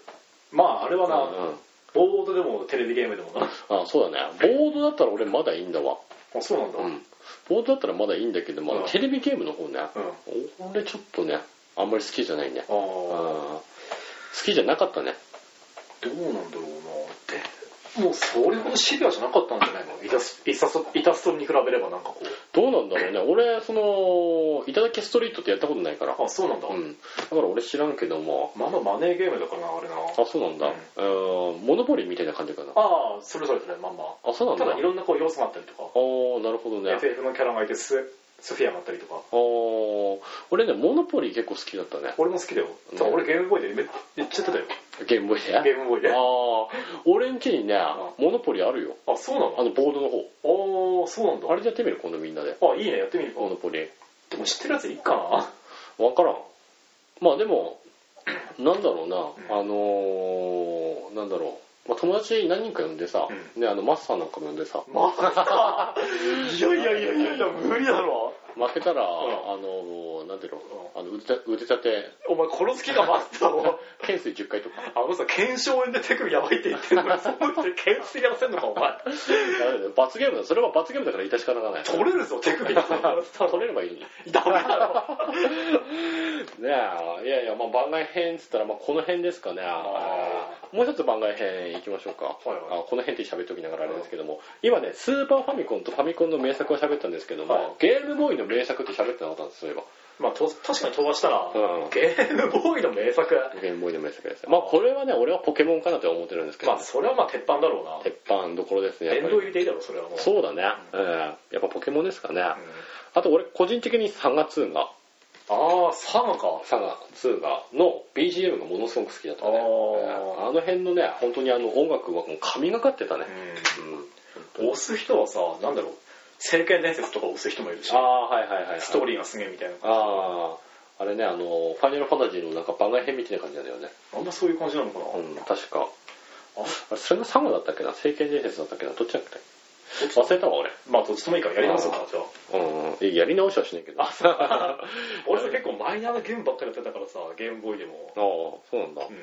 Speaker 2: まあ、あれは
Speaker 1: う
Speaker 2: な、
Speaker 1: ん
Speaker 2: ボードでもテレビゲームでもな。
Speaker 1: あ、そうだね。ボードだったら俺まだいいんだわ。
Speaker 2: あ、そうなんだ。
Speaker 1: うんボードだったらまだいいんだけども、あの
Speaker 2: うん
Speaker 1: テレビゲームの方ね、俺ちょっとね、あんまり好きじゃないね。
Speaker 2: あ
Speaker 1: うん
Speaker 2: あ、
Speaker 1: 好きじゃなかったね。
Speaker 2: どうなんだろうなって。もう、それほどシビアじゃなかったんじゃないのイタス、イタスト、イタストに比べればなんかこう。
Speaker 1: どうなんだろうね。俺、その、いただきストリートってやったことないから。
Speaker 2: あ、そうなんだ。
Speaker 1: うん。だから俺知らんけども、
Speaker 2: まあまあ、マネーゲームだからな、あれな。
Speaker 1: あ、そうなんだ。うん、モノポリーみたいな感じかな。
Speaker 2: ああ、それぞれだね、まあま
Speaker 1: あ、そうな
Speaker 2: あ。
Speaker 1: んだ。
Speaker 2: た
Speaker 1: あ
Speaker 2: だ、いろんなこう、要素があったりとか。
Speaker 1: ー、なるほどね。
Speaker 2: FF のキャラがいて、ス、スフィアがあったりとか。
Speaker 1: あー、俺ね、モノポリー結構好きだったね。
Speaker 2: 俺も好きだよ。
Speaker 1: うん
Speaker 2: ただ俺ゲームボーイでめっめっちゃやってたよ。
Speaker 1: ゲームボーイ
Speaker 2: ゲ
Speaker 1: で。
Speaker 2: ームボーイ
Speaker 1: あ
Speaker 2: で。あ、
Speaker 1: ー、俺ん家にね、モノポリーあるよ。
Speaker 2: そうなの
Speaker 1: あの、ボードの方。
Speaker 2: ああ、そうなんだ。
Speaker 1: あれでやってみる今度みんなで。
Speaker 2: あ、いいね、やってみるか。
Speaker 1: モノポリー。
Speaker 2: でも知ってるやついいかな。
Speaker 1: わからんまあでもなんだろうな、
Speaker 2: うん
Speaker 1: あのー、なんだろう、まあ、友達何人か呼んでさ、
Speaker 2: う
Speaker 1: ね、あのマスターなんかも呼んでさ
Speaker 2: マジか。いやいやいやいやいや、無理だろ。
Speaker 1: 負けたら、
Speaker 2: ん
Speaker 1: あのー、なんていうのあの腕立て腕立て
Speaker 2: お前殺す気が待ったの。
Speaker 1: 懸垂10回とか
Speaker 2: あのさ、検証炎で手首やばいって言ってんのに、そう言って検出やらせんのか、お前。
Speaker 1: ダメだよ罰ゲームだそれは罰ゲームだから致し方がない
Speaker 2: 取れるぞ、手 首。ダメだ
Speaker 1: 取れればいいのにね
Speaker 2: ろ。
Speaker 1: えいやいや、まあ、番外編っつったら、まあ、この辺ですかね
Speaker 2: あ
Speaker 1: もう一つ番外編行きましょうか、
Speaker 2: いはい
Speaker 1: あこの辺って喋っておきながらあれですけども今ねスーパーファミコンとファミコンの名作を喋ったんですけども、
Speaker 2: はい
Speaker 1: ゲームボーイの名作って喋ってなかったんですそういえば、
Speaker 2: まあ、と確かに飛ばしたら、
Speaker 1: うん
Speaker 2: ゲームボーイの名作。
Speaker 1: ゲームボーイの名作ですまあこれはね俺はポケモンかなとは思ってるんですけど、
Speaker 2: まあ、それはまあ、鉄板だろうな。
Speaker 1: 鉄板どころですねやっぱ
Speaker 2: 殿
Speaker 1: り
Speaker 2: 堂入りでいいだろ、それはもう。
Speaker 1: そうだね、うんやっぱポケモンですかね、あと俺個人的にサガ2が
Speaker 2: ああ、サガか。
Speaker 1: サガ2がの BGM がものすごく好きだったね
Speaker 2: あー
Speaker 1: うんあの辺のね本当にあの音楽はもう神がかってたね、うん
Speaker 2: 押す人はさ、なんだろう、聖剣伝説とか押す人もいるし、
Speaker 1: ああはいはいはい、はい、
Speaker 2: ストーリーがすげえみたいな。
Speaker 1: あああれねあのファイナルファンタジーのなんか番外編みたいな感じなんだよね
Speaker 2: あんまそういう感じなのかな。
Speaker 1: うん確か
Speaker 2: あ
Speaker 1: あれそれがサガだったっけな聖剣伝説だったっけなどっちだっけ忘れたわ俺
Speaker 2: まあ、どっちともいいからやり直そうかな、じゃあ。
Speaker 1: うんうんやり直しはしないけどあ
Speaker 2: 俺さ、結構マイナーなゲームばっかりやってたからさ、ゲームボーイでも。
Speaker 1: あそうなんだ
Speaker 2: うん。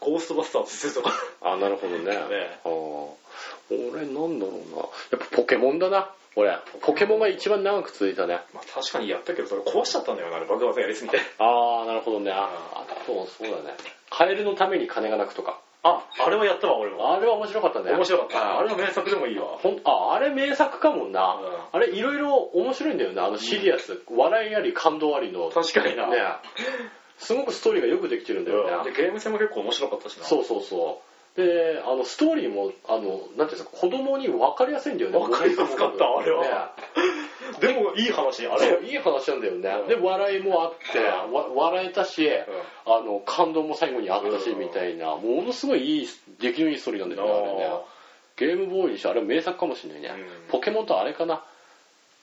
Speaker 2: ゴーストバスターズ2とか。
Speaker 1: あなるほどね
Speaker 2: ね
Speaker 1: あー俺なんだろうな。やっぱポケモンだな。俺、ポケモンが一番長く続いたね。
Speaker 2: まあ確かにやったけど、それ壊しちゃったんだよな、あれ。バグバグやりすぎて。
Speaker 1: あー、なるほどね。ああと、そうだね。カエルのために金がなくとか。
Speaker 2: あ、あれはやったわ、俺も。
Speaker 1: あれは面白かったね。
Speaker 2: 面白かった。
Speaker 1: あ
Speaker 2: あれは名作でもいいわ。
Speaker 1: ほんあ、あれ名作かもな。
Speaker 2: う
Speaker 1: あれいろいろ面白いんだよな。あのシリアス、笑いあり感動ありの。
Speaker 2: 確かにな。
Speaker 1: ね。すごくストーリーがよくできてるんだよね。
Speaker 2: でゲーム性も結構面白かったしな。
Speaker 1: そうそうそう。で、あの、ストーリーも、あの、なんていうんですか、子供に分かりやすいんだよね。
Speaker 2: 分かりやすかった、あれは。でもいい話、あ
Speaker 1: ね
Speaker 2: れ。
Speaker 1: そういい話なんだよね。
Speaker 2: うん
Speaker 1: で、笑いもあって、わ笑えたし、あの、感動も最後にあったし、
Speaker 2: うん
Speaker 1: みたいな、ものすごいいい、出来のいいストーリーなんだよね、あれね。ゲームボーイにして、あれは名作かもしれないね。
Speaker 2: うん
Speaker 1: ポケモンとあれかな。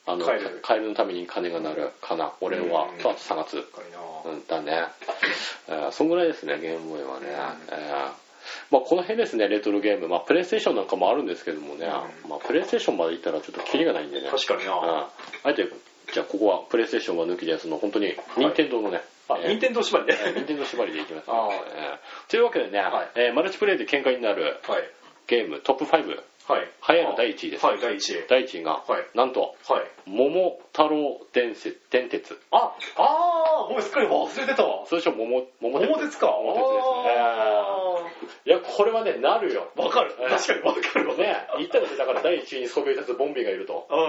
Speaker 1: あの、
Speaker 2: カエル
Speaker 1: カエルのために金がなるかな、俺は
Speaker 2: うん。
Speaker 1: と、あと3月。
Speaker 2: 確かにな
Speaker 1: うんだね。えーそんぐらいですね、ゲームボーイはね。えーまあ、この辺ですね、レトロゲーム。まあ、プレイステーションなんかもあるんですけどもね。
Speaker 2: う
Speaker 1: まあ、プレイステーションまで行ったらちょっとキリがないんでね。
Speaker 2: 確かに
Speaker 1: うん
Speaker 2: な
Speaker 1: あえて、じゃあここはプレイステーションは抜きで、その本当に、任天堂のね、
Speaker 2: あ、
Speaker 1: えー
Speaker 2: 任天堂縛りで。はい。
Speaker 1: 任天堂縛りでいきます、ね
Speaker 2: ああ
Speaker 1: えーというわけでね、
Speaker 2: はい
Speaker 1: えーマルチプレイで喧嘩になるゲームトップ5、流
Speaker 2: はい。
Speaker 1: 行る第1位です。
Speaker 2: はい、第1位。
Speaker 1: 第1位が、
Speaker 2: はい。
Speaker 1: なんと、
Speaker 2: はい。
Speaker 1: 桃太郎伝説電鉄。
Speaker 2: あ、あー、ごめん、すっかり忘れてたわ。
Speaker 1: 通称桃、桃鉄。
Speaker 2: 桃鉄か。
Speaker 1: 桃鉄ですね。いや、これはね、なるよ。
Speaker 2: あーわかる。
Speaker 1: えー
Speaker 2: 確かにわかるわ。
Speaker 1: ね、言ったので、だから第1位にそびえ立つボンビーがいると。
Speaker 2: うん。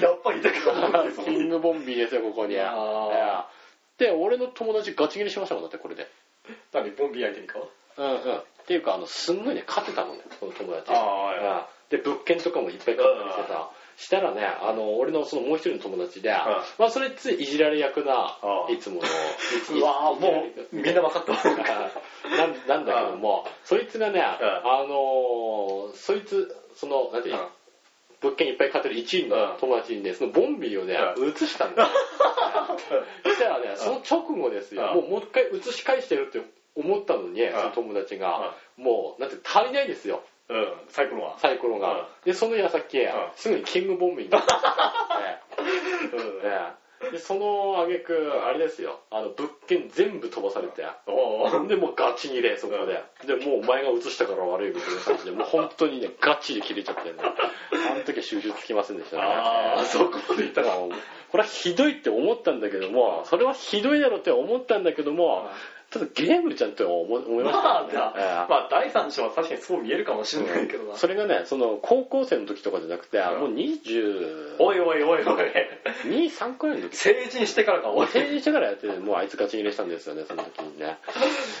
Speaker 2: やっぱりだけど、
Speaker 1: キングボンビーですよ、ここに。
Speaker 2: いやー
Speaker 1: えーで、俺の友達ガチ切れしましたもん、だってこれで。
Speaker 2: 何、ボンビー相手にか
Speaker 1: うんうん。っていうか、あの、すんごいね、勝てたのね、その友達。
Speaker 2: あーはい
Speaker 1: うんで、物件とかもいっぱい買ったりしてさ。したらね、あの、俺のそのもう一人の友達で、まあ、それついいじられ役な、
Speaker 2: うん
Speaker 1: いつもの、
Speaker 2: うわー、もう、みんなわかったわ。
Speaker 1: なんなんだけども、そいつがね、あのーそいつ、その、なんていうの物件いっぱい買ってる1位の友達にね、そのボンビーをね、
Speaker 2: う
Speaker 1: 移したん だよ。そしたらね、その直後ですよ、
Speaker 2: う
Speaker 1: もうもう一回移し返してるって思ったのに、
Speaker 2: ん
Speaker 1: その友達が、もう、なんて足りないですよ、
Speaker 2: うん、うんサイコロは。
Speaker 1: サイコロが。で、その矢先
Speaker 2: ん、
Speaker 1: すぐにキングボ ンビーになったんです
Speaker 2: う
Speaker 1: よね。ねで、その挙句、あれですよ、あの、物件全部飛ばされて。
Speaker 2: ん。おー
Speaker 1: で、もうガチ切れ、そこで。で、もうお前が映したから悪いみたいな感じで、もう本当にね、ガチで切れちゃってね。あの時は収拾つきませんでしたね。
Speaker 2: あー、そこまでいった
Speaker 1: だ
Speaker 2: か
Speaker 1: から。もうこれはひどいって思ったんだけども、それはひどいだろうって思ったんだけども、ただゲームじゃんって思思いました
Speaker 2: まあ
Speaker 1: よね。
Speaker 2: な、
Speaker 1: ええ
Speaker 2: まあ第三章は確かにそう見えるかもしれないけどな。
Speaker 1: それがね、その高校生の時とかじゃなくて、
Speaker 2: ん
Speaker 1: もう20、
Speaker 2: おいおいおいおい。
Speaker 1: 2、3くらいの時
Speaker 2: 成人してからか、おい。
Speaker 1: 成人してからやっててもうあいつガチ切れしたんですよねその時に ね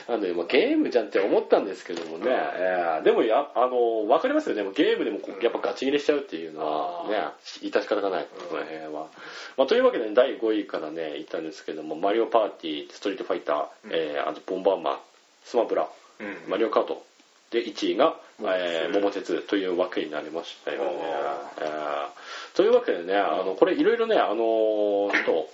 Speaker 1: なのでもうゲームじゃんって思ったんですけどもね、えーでもやあの分かりますよねもうゲームでもこうやっぱガチ切れしちゃうっていうのはね致し方がないこの辺は、まあ、というわけでね、第5位からね言ったんですけども「マリオパーティー」「ストリートファイター」えーあと「ボンバーマン」「スマブラ」「マリオカート」で1位が「
Speaker 2: 桃鉄
Speaker 1: えー桃鉄」というわけになりましたよね
Speaker 2: おー、
Speaker 1: えーというわけでねあのこれいろいろねあのーちょっと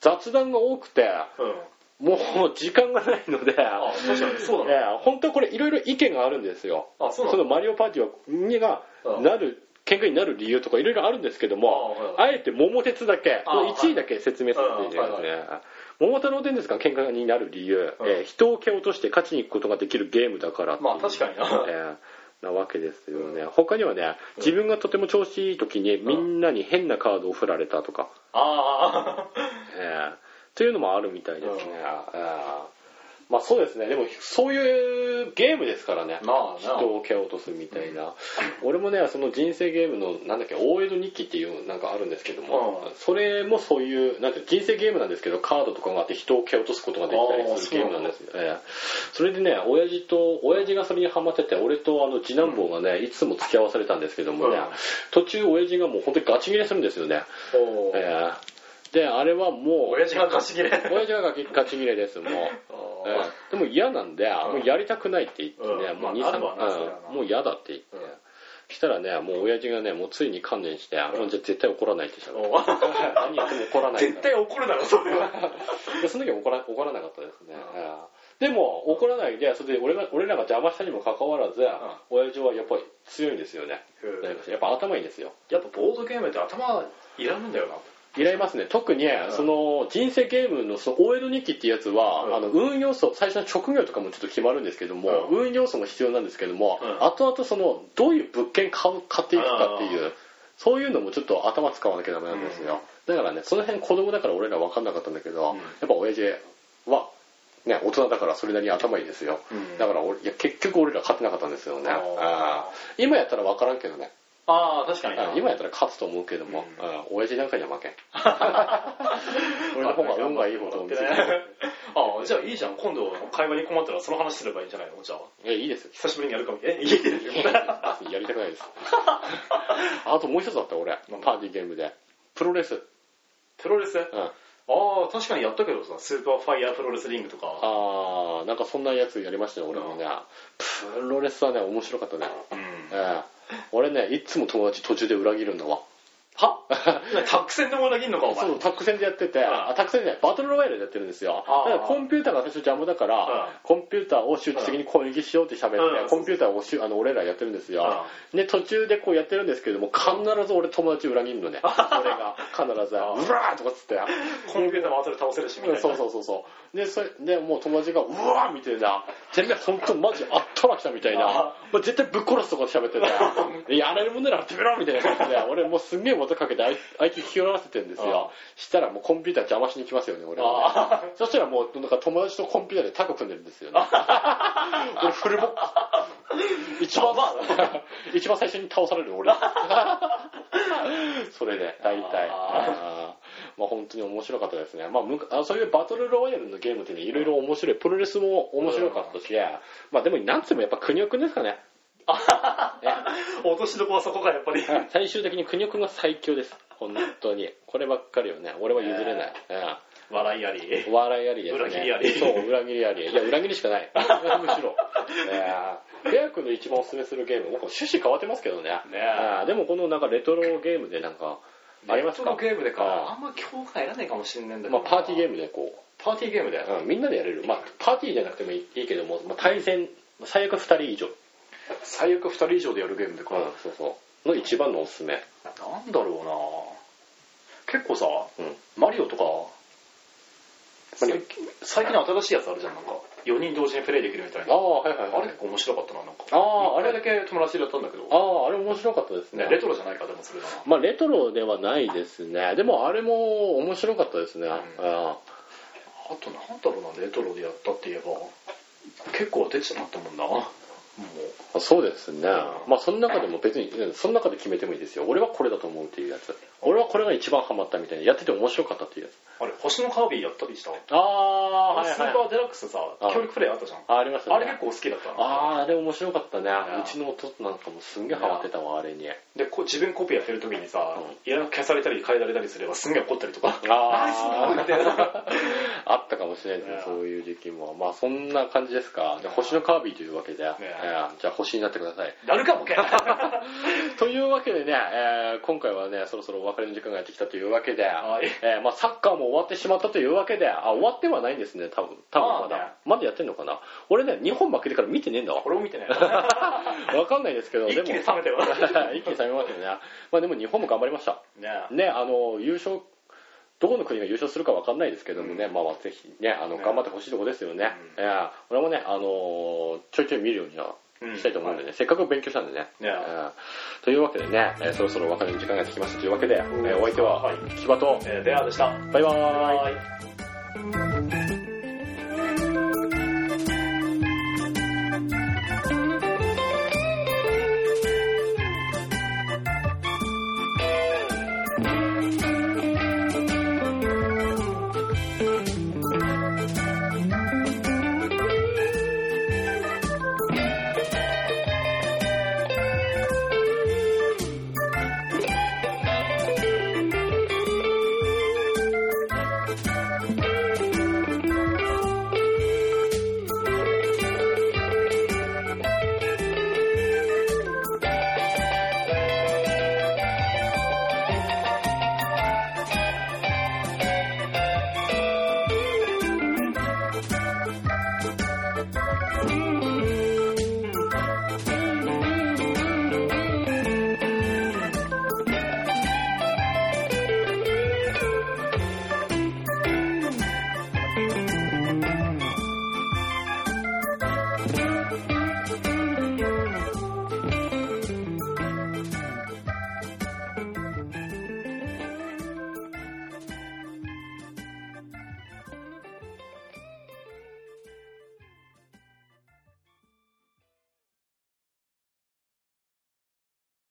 Speaker 1: 雑談が多くて
Speaker 2: うん。
Speaker 1: もう時間がないので、
Speaker 2: あ、確かにそうだね。
Speaker 1: えー本当はこれいろいろ意見があるんですよ
Speaker 2: あ、そう
Speaker 1: そ
Speaker 2: なん
Speaker 1: の
Speaker 2: だ。
Speaker 1: マリオパーティーが
Speaker 2: うん
Speaker 1: なる喧嘩になる理由とかいろいろあるんですけども
Speaker 2: あはい
Speaker 1: あえて桃鉄だけ
Speaker 2: あはい
Speaker 1: 1位だけ説明させていただきますね桃太郎電鉄が喧嘩になる理由、
Speaker 2: うん
Speaker 1: えー人を蹴落として勝ちに行くことができるゲームだからっていう
Speaker 2: まあ確かにな。
Speaker 1: えーなわけですよね、他にはね自分がとても調子いい時にみんなに変なカードを振られたとか、
Speaker 2: あ
Speaker 1: えーというのもあるみたいですね、えーまあそうですねでもそういうゲームですからね
Speaker 2: あ。まあな。
Speaker 1: 人を蹴落とすみたいな、俺もねその人生ゲームのなんだっけ大江戸日記っていうなんかあるんですけども、
Speaker 2: うん
Speaker 1: それもそういうなんて人生ゲームなんですけどカードとかがあって人を蹴落とすことができたりするゲームなんですよ、ええそれでね親父と親父がそれにハマってて俺とあの次男坊がねいつも付き合わされたんですけどもね、
Speaker 2: うん
Speaker 1: 途中親父がもう本当にガチ切れするんですよね、
Speaker 2: おー
Speaker 1: ええであれはもう
Speaker 2: 親父が貸し切れ。
Speaker 1: 親父がガチガチ切れですもう
Speaker 2: あ
Speaker 1: でも嫌なんで、
Speaker 2: ん
Speaker 1: もうやりたくないって言ってね、
Speaker 2: うん
Speaker 1: もう
Speaker 2: まあなるわな
Speaker 1: うん
Speaker 2: それはな
Speaker 1: もう嫌だって言って、
Speaker 2: うん
Speaker 1: したらね、もう親父がね、もうついに観念して、もうじゃあ絶対怒らないってしたの。
Speaker 2: おー
Speaker 1: 何やっても怒らない
Speaker 2: 絶
Speaker 1: から
Speaker 2: 対怒るだろ、それは。
Speaker 1: でその時は怒ら怒らなかったですね。うんでも怒らないで、それで俺が俺らが邪魔したにもかかわらず、親父はやっぱり強いんですよね。
Speaker 2: うん
Speaker 1: やっぱ頭いいんですよ。
Speaker 2: やっぱボードゲームって頭いらんだよな。
Speaker 1: 依頼ますね特にその人生ゲームのその OL 日記っていうやつは、
Speaker 2: うん
Speaker 1: あの運要素最初の職業とかもちょっと決まるんですけども、
Speaker 2: う
Speaker 1: 運要素も必要なんですけども、
Speaker 2: うん
Speaker 1: 後々そのどういう物件買う買っていくかっていううそういうのもちょっと頭使わなきゃダメなんですよ、だからねその辺子供だから俺ら分かんなかったんだけど、
Speaker 2: うん
Speaker 1: やっぱ親父はね大人だからそれなりに頭いいですよ、
Speaker 2: うん
Speaker 1: だから俺いや結局俺ら勝てなかったんですよね
Speaker 2: あー
Speaker 1: あー今やったら分からんけどね
Speaker 2: ああ、確かに
Speaker 1: うん。今やったら勝つと思うけども、
Speaker 2: う
Speaker 1: うん親父なんかには負けん 俺の方が運がいいことを見せて
Speaker 2: あ あ、じゃあいいじゃん。今度、会話に困ったらその話すればいいんじゃないのじゃあ。
Speaker 1: えいいですよ
Speaker 2: 久しぶりにやるかも。え、いいですよ。
Speaker 1: やりたく ないですあともう一つあった俺パーティーゲームでプロレス、うん、
Speaker 2: プロレスね
Speaker 1: あ
Speaker 2: ああ、確かにやったけどさ、スーパーファイヤープロレスリングとか。
Speaker 1: あーなんかそんなやつやりましたよ俺もね、プロレスはね面白かったね、
Speaker 2: うん。
Speaker 1: ええ俺ねいつも友達途中で裏切るんだわ
Speaker 2: はタック戦でも裏切んのか、お前。
Speaker 1: そうタック戦でやってて、
Speaker 2: うん
Speaker 1: あタック戦じゃないバトルロワイヤルでやってるんですよ
Speaker 2: あー
Speaker 1: だからコンピューターが最初邪魔だから、
Speaker 2: うん
Speaker 1: コンピューターを集中的に攻撃しようって喋って、
Speaker 2: うん
Speaker 1: コンピューターをしゅあの俺らやってるんですよ、で途中でこうやってるんですけども必ず俺友達裏切るの ね俺が必ず「う
Speaker 2: あ
Speaker 1: わ
Speaker 2: ー
Speaker 1: ー!」とかっつって
Speaker 2: コンピューターも後で倒せるし、みたいな。
Speaker 1: そうそうそうそうでそれでもう友達が「うわ!」みたいな「てめえ本当マジあったら来た」みたいな
Speaker 2: あ
Speaker 1: 「もう絶対ぶっ殺す」とか喋って ねいやあらゆるもんならやってみろ」みたいな感じで俺もうすんげえもたかけてあいあいつ引き寄らせてるんですよしたらもうコンピューター邪魔しに来ますよね俺はね
Speaker 2: あ
Speaker 1: そしたらもうなんか友達とコンピューターでタコ組んでるんですよ ね俺フルボッコ一番 一番最初に倒される俺それで大体
Speaker 2: あ
Speaker 1: あーまあ本当に面白かったですね、まあ、むかあそういうバトルロワイヤルのゲームってねいろいろ面白いプロレスも面白かったし、まあでもなんつってもやっぱ国尾くんですかね
Speaker 2: あ。 落としどこはそこか、やっぱり。
Speaker 1: 最終的に国尾くんが最強です本当にこればっかりよね俺は譲れない、うん
Speaker 2: 笑いあり。
Speaker 1: 笑いありですね。
Speaker 2: 裏切りあり
Speaker 1: そう、裏切りあり。いや、裏切りしかない。むしろ。えー、ペア君の一番おすすめするゲーム、もう趣旨変わってますけどね。
Speaker 2: ね
Speaker 1: あーでもこのなんかレトロゲームでなんか、ありますか
Speaker 2: ネットのゲームでか。あ
Speaker 1: あ
Speaker 2: んま評価得られないかもしれないんだけ
Speaker 1: ま
Speaker 2: ど。
Speaker 1: あ、パーティーゲー
Speaker 2: ム。
Speaker 1: ムでこ
Speaker 2: パーティーゲームで。
Speaker 1: う、うんみんなでやれる。まあ、パーティーじゃなくてもいいいいけども、まあ、対戦、最悪2人以上。
Speaker 2: 最悪2人以上でやるゲームでか。
Speaker 1: うん、そうそう。の一番のおすすめ。
Speaker 2: なんだろうな結構さ、
Speaker 1: うん。
Speaker 2: マリオとか、
Speaker 1: マ
Speaker 2: 最
Speaker 1: リオ
Speaker 2: 近最近の新しいやつあるじゃん、なんか。4人同時にプレイできるみたい
Speaker 1: あ
Speaker 2: な。あ
Speaker 1: あ、はいはい
Speaker 2: れ
Speaker 1: はい。
Speaker 2: 結構面白かったな、なんか。
Speaker 1: ああ、あ
Speaker 2: あれ
Speaker 1: れ
Speaker 2: だけ友達でやったんだけど。
Speaker 1: ああ、あれ面白かったです
Speaker 2: ね、
Speaker 1: ね。
Speaker 2: レトロじゃないか、でもそれだな。
Speaker 1: まあ、レトロではないですね。でも、あれも面白かったですね。うん
Speaker 2: あとなんだろうな、レトロでやったって言えば、結構出てたなって思うな。もう。
Speaker 1: あそうですね、まあその中でも別にうんその中で決めてもいいですよ俺はこれだと思うっていうやつ俺はこれが一番ハマったみたいなやってて面白かったっていうやつ
Speaker 2: あれ、星のカービィやったりした
Speaker 1: ああはい
Speaker 2: スーパーデラックスさ、
Speaker 1: あ
Speaker 2: 協力プレイあったじゃん。
Speaker 1: あありましたね
Speaker 2: あれ結構好きだったな。
Speaker 1: あああれ面白かったね
Speaker 2: ん
Speaker 1: うちの弟なんかもすんげえハマってたわあれに
Speaker 2: で、こう自分コピーやってる時にさ
Speaker 1: うん、
Speaker 2: いらなく消されたり変えられたりすればすんげえ怒ったりとか。
Speaker 1: あ
Speaker 2: ナイスだなみたいな。
Speaker 1: あったかもしれないです
Speaker 2: ね
Speaker 1: ねそういう時期もまあそんな感じですかじゃあ星のカービィというわけで、えーじゃあ星になってください
Speaker 2: なるかもけ
Speaker 1: というわけでね、えー今回はねそろそろお別れの時間がやってきたというわけで、
Speaker 2: はい
Speaker 1: えーまあ、サッカーも終わってしまったというわけであ終わってはないんですね多分多分まだ、
Speaker 2: まあね
Speaker 1: まだやってんのかな俺ね日本負けてから見てねえんだわ
Speaker 2: 俺も見 てない。
Speaker 1: わかんないですけど
Speaker 2: 一気に冷めたよ
Speaker 1: 一気に冷めましたよねまあでも日本も頑張りました
Speaker 2: ね
Speaker 1: ねあの優勝どこの国が優勝するかわかんないですけどもね、まあまあぜひねあの
Speaker 2: ね
Speaker 1: 頑張ってほしいとこですよね、
Speaker 2: う
Speaker 1: えー俺もねあのーちょいちょい見るようにはしたいと思うんでね、せっかく勉強したんでね
Speaker 2: ね
Speaker 1: うんというわけでね、えーそろそろお別れの時間がやってきましたというわけで、えーお相手は、
Speaker 2: はい
Speaker 1: 木場と、
Speaker 2: えーベアでした。
Speaker 1: バイバーイ
Speaker 2: バイ。